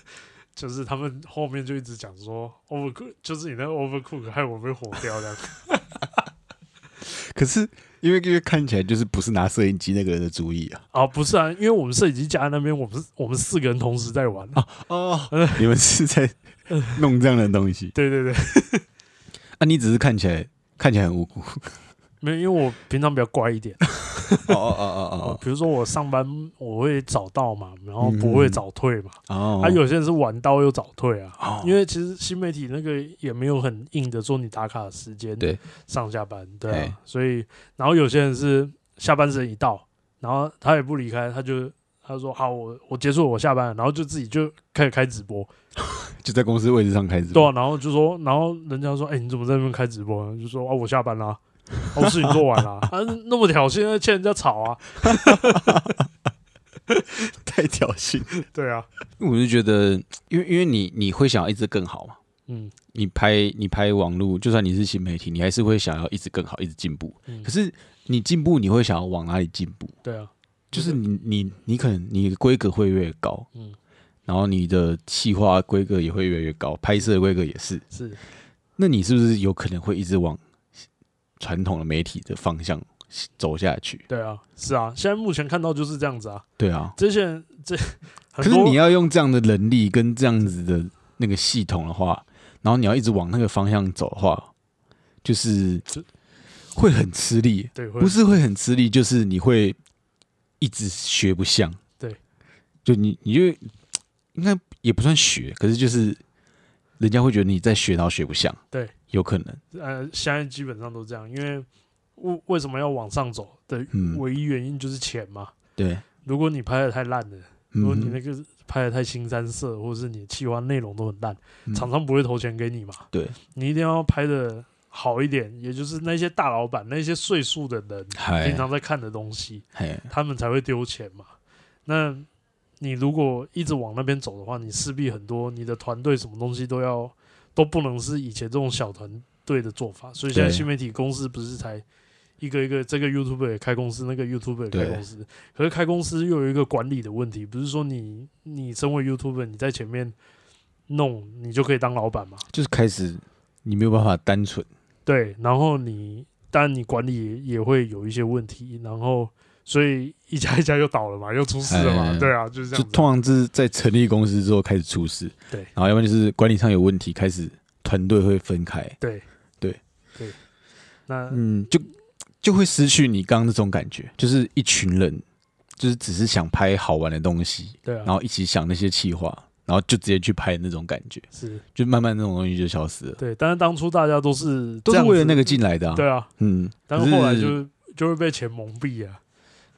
Speaker 1: 就是他们后面就一直讲说 Overcook，就是你那个 Overcook 害我被火掉这样，
Speaker 2: 可是因为因为看起来就是不是拿摄影机那个人的主意啊。
Speaker 1: 啊，不是啊，因为我们摄影机架在那边，我们是我们四个人同时在玩。
Speaker 2: 哦，你们是在弄这样的东西
Speaker 1: 对对对，
Speaker 2: 啊？你只是看起来看起来很无辜。
Speaker 1: 没有，因为我平常比较乖一点。
Speaker 2: 哦哦哦嗯
Speaker 1: 比如说我上班我会早到嘛，然后不会早退嘛。
Speaker 2: 哦哦
Speaker 1: 啊，有些人是晚到又早退啊。
Speaker 2: 哦
Speaker 1: 因为其实新媒体那个也没有很硬的说你打卡的时间，
Speaker 2: 对，
Speaker 1: 上下班，对
Speaker 2: 哎
Speaker 1: 啊。所以，然后有些人是下班时间一到，然后他也不离开，他就他就说好，我我结束了我下班了，然后就自己就开始开直播，
Speaker 2: 就在公司位置上开直
Speaker 1: 对
Speaker 2: 播
Speaker 1: 啊，然后就说，然后人家说，哎、你怎么在那边开直播呢？就说啊，我下班啦、啊，我事情做完啦、 啊，那么挑衅，欠人家吵 啊，
Speaker 2: 太挑衅。
Speaker 1: 对啊，
Speaker 2: 我就觉得，因为因为你你会想要一直更好嘛。
Speaker 1: 嗯
Speaker 2: 你拍你拍网络，就算你是新媒体，你还是会想要一直更好，一直进步。
Speaker 1: 嗯
Speaker 2: 可，是你进步，你会想要往哪里进步？
Speaker 1: 对啊，
Speaker 2: 就是你你你可能你的规格会越来越高，
Speaker 1: 嗯
Speaker 2: 然后你的企划规格也会越来越高，拍摄的规格也是。
Speaker 1: 是，
Speaker 2: 那你是不是有可能会一直往传统的媒体的方向走下去？
Speaker 1: 对啊，是啊，现在目前看到就是这样子啊，
Speaker 2: 对啊，
Speaker 1: 这些人这
Speaker 2: 可
Speaker 1: 很
Speaker 2: 是
Speaker 1: 多
Speaker 2: 你要用这样的能力跟这样子的那个系统的话，然后你要一直往那个方向走的话，就是
Speaker 1: 这
Speaker 2: 会很吃力，
Speaker 1: 对会
Speaker 2: 不是会很吃力，就是你会一直学不像。
Speaker 1: 对，
Speaker 2: 就你你就应该也不算学，可是就是人家会觉得你在学，然后学不像。
Speaker 1: 对，
Speaker 2: 有可能。
Speaker 1: 呃，现在基本上都这样，因为为为什么要往上走的
Speaker 2: 嗯
Speaker 1: 唯一原因就是钱嘛。
Speaker 2: 对，
Speaker 1: 如果你拍的太烂了，如果你那
Speaker 2: 嗯，
Speaker 1: 个拍的太新三色，或者是你的企划内容都很烂，
Speaker 2: 嗯
Speaker 1: 厂商不会投钱给你嘛。
Speaker 2: 对，
Speaker 1: 你一定要拍的好一点，也就是那些大老板、那些岁数的人
Speaker 2: 嗨
Speaker 1: 平常在看的东西，
Speaker 2: 嗨，
Speaker 1: 他们才会丢钱嘛。那你如果一直往那边走的话，你势必很多你的团队什么东西都要都不能是以前这种小团队的做法。所以现在
Speaker 2: 对
Speaker 1: 新媒体公司不是才一个一个这个 YouTube 也开公司，那个 YouTube 也开
Speaker 2: 对
Speaker 1: 公司，可是开公司又有一个管理的问题，不是说你你身为 YouTube 你在前面弄你就可以当老板嘛？
Speaker 2: 就是开始你没有办法单纯。
Speaker 1: 对，然后你当然你管理也会有一些问题，然后所以一家一家又倒了嘛，又出事了嘛，
Speaker 2: 哎
Speaker 1: 对啊，就是这
Speaker 2: 就
Speaker 1: 样子
Speaker 2: 通。常是在成立公司之后开始出事，
Speaker 1: 对
Speaker 2: 然后要不然就是管理上有问题，开始团队会分开，
Speaker 1: 对
Speaker 2: 对
Speaker 1: 对，那
Speaker 2: 嗯，就就会失去你刚刚那种感觉，就是一群人，就是只是想拍好玩的东西，
Speaker 1: 对
Speaker 2: 然
Speaker 1: 啊，
Speaker 2: 后一起想那些企划，然后就直接去拍那种感觉，
Speaker 1: 是
Speaker 2: 就慢慢那种东西就消失了，
Speaker 1: 对，但是当初大家都是
Speaker 2: 都
Speaker 1: 这
Speaker 2: 是
Speaker 1: 样
Speaker 2: 为了
Speaker 1: 子
Speaker 2: 那个进来的、啊，
Speaker 1: 对啊，
Speaker 2: 嗯，
Speaker 1: 但是后来
Speaker 2: 可
Speaker 1: 就就会被钱蒙蔽啊，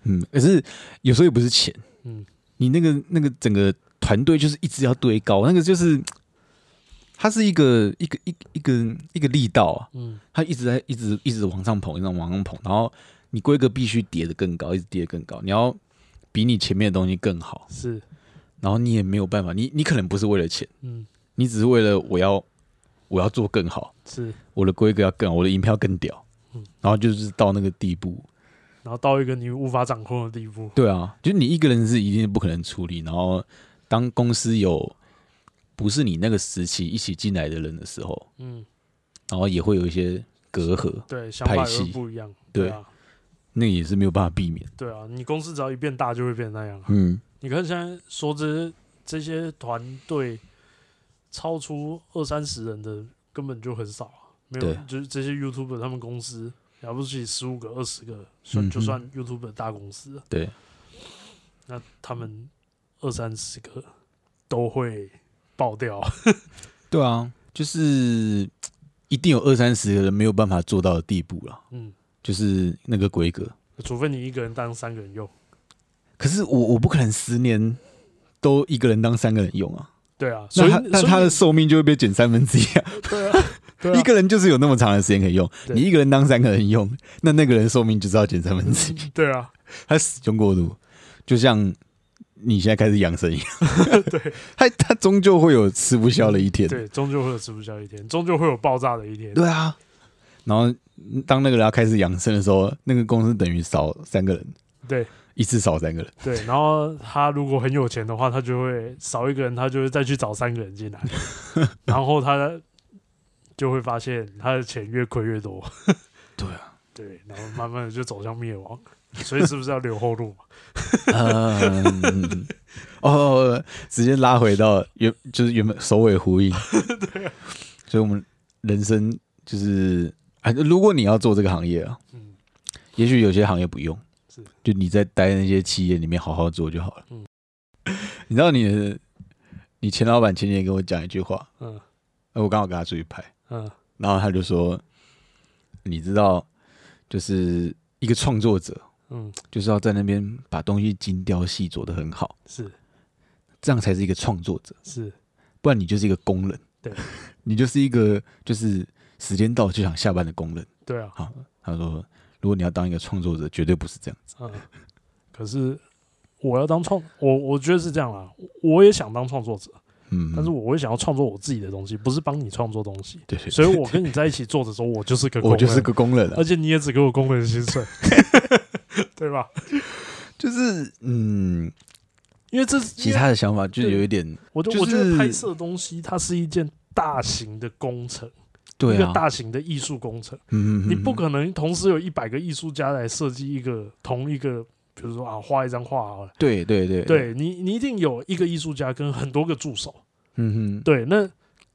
Speaker 2: 嗯，可是有时候也不是钱，
Speaker 1: 嗯，
Speaker 2: 你那个那个整个团队就是一直要堆高，那个就是它是一个一个一一个一个力道啊，
Speaker 1: 嗯，
Speaker 2: 它一直在一直一直往上捧，一直往上捧，然后你规格必须叠得更高，一直叠得更高，你要比你前面的东西更好，
Speaker 1: 是，
Speaker 2: 然后你也没有办法，你你可能不是为了钱，
Speaker 1: 嗯，
Speaker 2: 你只是为了我要我要做更好，
Speaker 1: 是，
Speaker 2: 我的规格要更好，我的银票更屌
Speaker 1: 嗯，
Speaker 2: 然后就是到那个地步，
Speaker 1: 然后到一个你无法掌控的地步。
Speaker 2: 对啊，就你一个人是一定不可能处理。然后当公司有不是你那个时期一起进来的人的时候，
Speaker 1: 嗯，
Speaker 2: 然后也会有一些隔阂，
Speaker 1: 对，想法
Speaker 2: 派
Speaker 1: 也
Speaker 2: 系
Speaker 1: 会不一样。
Speaker 2: 对
Speaker 1: 啊，
Speaker 2: 那个也是没有办法避免。
Speaker 1: 对啊，你公司只要一变大就会变那样啊。
Speaker 2: 嗯，
Speaker 1: 你看现在说这这些团队超出二三十人的根本就很少啊，没有
Speaker 2: 对，
Speaker 1: 就是这些 YouTuber 他们公司了不起十五个、二十个，
Speaker 2: 嗯
Speaker 1: 算
Speaker 2: 哼
Speaker 1: 就算 YouTuber 大公司了，
Speaker 2: 对，
Speaker 1: 那他们二三十个都会爆掉。
Speaker 2: 对啊，就是一定有二三十个人没有办法做到的地步了，
Speaker 1: 嗯，
Speaker 2: 就是那个规格。
Speaker 1: 除非你一个人当三个人用。
Speaker 2: 可是我我不可能十年都一个人当三个人用啊，
Speaker 1: 对啊，所
Speaker 2: 那
Speaker 1: 以
Speaker 2: 他那
Speaker 1: 所以
Speaker 2: 他的寿命就会被减三分之一啊。
Speaker 1: 对啊，对啊
Speaker 2: 一个人就是有那么长的时间可以用，
Speaker 1: 对
Speaker 2: 你一个人当三个人用，那那个人寿命就是要减三分之一，
Speaker 1: 对啊，
Speaker 2: 他死穷过度，就像你现在开始养生一样，
Speaker 1: 对
Speaker 2: 他他终究会有吃不消的一天。
Speaker 1: 对，终究会有吃不消一天，终究会有爆炸的一天。
Speaker 2: 对啊，然后当那个人要开始养生的时候，那个公司等于少三个人，
Speaker 1: 对，
Speaker 2: 一次少三个人，
Speaker 1: 对，然后他如果很有钱的话，他就会少一个人，他就会再去找三个人进 来，然后他就会发现他的钱越亏越多。
Speaker 2: 对
Speaker 1: 啊，对，然后慢慢的就走向灭亡，所以是不是要留后路嘛？啊
Speaker 2: 嗯， 哦，直接拉回到原就是原本首尾 呼应。对、
Speaker 1: 啊
Speaker 2: 所以我们人生就是啊，如果你要做这个行业啊，
Speaker 1: 嗯，
Speaker 2: 也许有些行业不用，
Speaker 1: 是
Speaker 2: 就你在待那些企业里面好好做就好了。
Speaker 1: 嗯
Speaker 2: 你知道你的你前老板前几天跟我讲一句话，
Speaker 1: 嗯
Speaker 2: 呃我刚好跟他出去拍，
Speaker 1: 嗯
Speaker 2: 然后他就说，你知道，就是一个创作者
Speaker 1: 嗯，
Speaker 2: 就是要在那边把东西精雕细琢的很好，
Speaker 1: 是
Speaker 2: 这样才是一个创作者，
Speaker 1: 是，
Speaker 2: 不然你就是一个工人，
Speaker 1: 对，
Speaker 2: 你就是一个就是时间到就想下班的工人。
Speaker 1: 对啊，
Speaker 2: 好，他说，如果你要当一个创作者，绝对不是这样子。
Speaker 1: 嗯，可是我要当创，我我觉得是这样啦，我我也想当创作者，
Speaker 2: 嗯，
Speaker 1: 但是我会想要创作我自己的东西，不是帮你创作东西。
Speaker 2: 对对，
Speaker 1: 所以，我跟你在一起做的时候，我就是个
Speaker 2: 我就
Speaker 1: 工人
Speaker 2: 是
Speaker 1: 呃
Speaker 2: 个工人啊
Speaker 1: 而，且你也只给我工人薪 水，对吧？
Speaker 2: 就是嗯，
Speaker 1: 因为这
Speaker 2: 其
Speaker 1: 其
Speaker 2: 他的想法就有一点
Speaker 1: 我就、
Speaker 2: 就是
Speaker 1: 我觉得拍摄东西它是一件大型的工程，一
Speaker 2: 对
Speaker 1: 个
Speaker 2: 啊，
Speaker 1: 大型的艺术工程，
Speaker 2: 嗯，嗯
Speaker 1: 你不可能同时有一百个艺术家来设计一个同一个，比如说啊，画一张画好了，
Speaker 2: 对对对，
Speaker 1: 对你，你一定有一个艺术家跟很多个助手，
Speaker 2: 嗯哼，
Speaker 1: 对，那。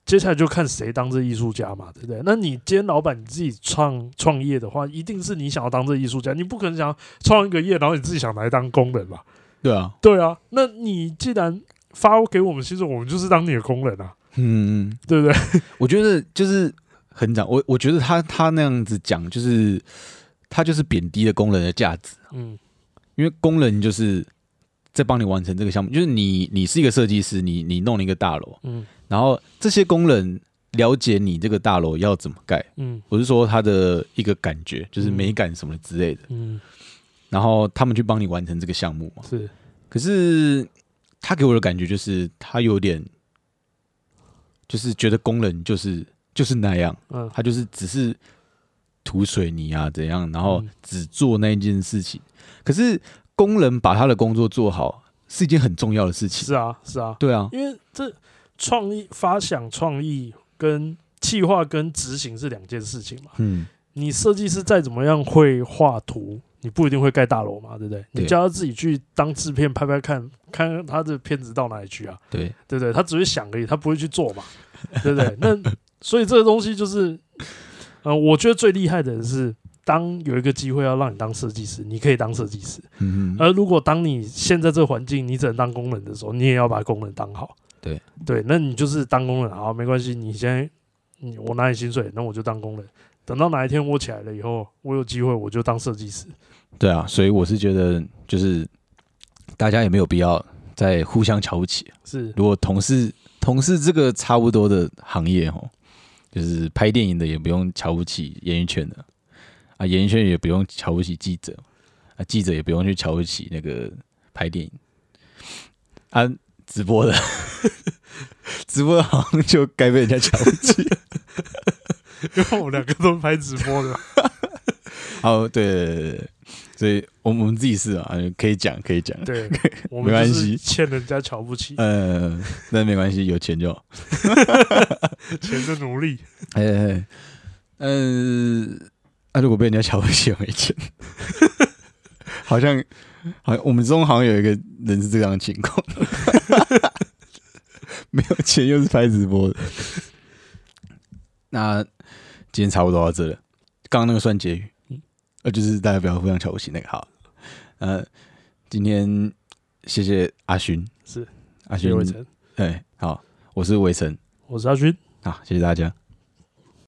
Speaker 1: 接下来就看谁当这艺术家嘛，对不对？那你今天老板你自己创创业的话，一定是你想要当这艺术家，你不可能想要创一个业，然后你自己想来当工人吧？
Speaker 2: 对啊，
Speaker 1: 对啊，那你既然发给我们薪水，我们就是当你的工人啊，
Speaker 2: 嗯，嗯
Speaker 1: 对不对？
Speaker 2: 我觉得就是很讲，我我觉得他他那样子讲，就是他就是贬低了工人的价值，
Speaker 1: 嗯，
Speaker 2: 因为工人就是在帮你完成这个项目，就是你你是一个设计师，你你弄了一个大楼，
Speaker 1: 嗯
Speaker 2: 然后这些工人了解你这个大楼要怎么盖，
Speaker 1: 嗯
Speaker 2: 我是说他的一个感觉，就是美感什么之类的，
Speaker 1: 嗯，
Speaker 2: 然后他们去帮你完成这个项目嘛。
Speaker 1: 是
Speaker 2: 可是他给我的感觉就是他有点，就是觉得工人就是就是那样，
Speaker 1: 嗯
Speaker 2: 他就是只是涂水泥啊怎样，然后
Speaker 1: 嗯
Speaker 2: 只做那一件事情。可是工人把他的工作做好是一件很重要的事情，
Speaker 1: 是啊是啊，
Speaker 2: 对啊，
Speaker 1: 因为这创意发想、创意跟计划跟执行是两件事情嘛。
Speaker 2: 嗯，
Speaker 1: 你设计师再怎么样会画图，你不一定会盖大楼嘛，对不对？
Speaker 2: 对
Speaker 1: 你叫他自己去当制片拍拍看，看看他的片子到哪里去啊，
Speaker 2: 对，
Speaker 1: 对不对？他只会想而已，他不会去做嘛， 对不对？那所以这个东西就是，呃，我觉得最厉害的人是，当有一个机会要让你当设计师，你可以当设计师；
Speaker 2: 嗯哼，
Speaker 1: 而如果当你现在这个环境，你只能当工人的时候，你也要把工人当好。
Speaker 2: 对
Speaker 1: 对，那你就是当工人好，没关系，你现在你我拿你薪水，那我就当工人。等到哪一天我起来了以后，我有机会我就当设计师。
Speaker 2: 对啊，所以我是觉得就是大家也没有必要再互相瞧不起。
Speaker 1: 是，
Speaker 2: 如果同事同事这个差不多的行业哦，就是拍电影的也不用瞧不起演艺圈的啊，演艺圈也不用瞧不起记者啊，记者也不用去瞧不起那个拍电影啊，直播的 直播好像就该被人家瞧不起
Speaker 1: 因为我们两个都是拍直播的嘛，
Speaker 2: 哦，对对对对对，所以我们我们自己是啊，可以讲可以讲，
Speaker 1: 对，我
Speaker 2: 没
Speaker 1: 们
Speaker 2: 关
Speaker 1: 就
Speaker 2: 系
Speaker 1: 是欠人家瞧不 起，
Speaker 2: 呃，那没关系，有钱就好。
Speaker 1: 钱是奴隶，
Speaker 2: 哎哎，哎嗯，那、如果被人家瞧不起，没钱，好像好像我们中好像有一个人是这样的情况，没有钱又是拍直播的。那今天差不多到这了，刚刚那个算结语，呃，就是大家不要互相瞧不起那个好。呃，今天谢谢阿勋，
Speaker 1: 是
Speaker 2: 阿勋
Speaker 1: 谢伟，成，
Speaker 2: 对，好，我是伟成，
Speaker 1: 我是阿军。
Speaker 2: 好，谢谢大家。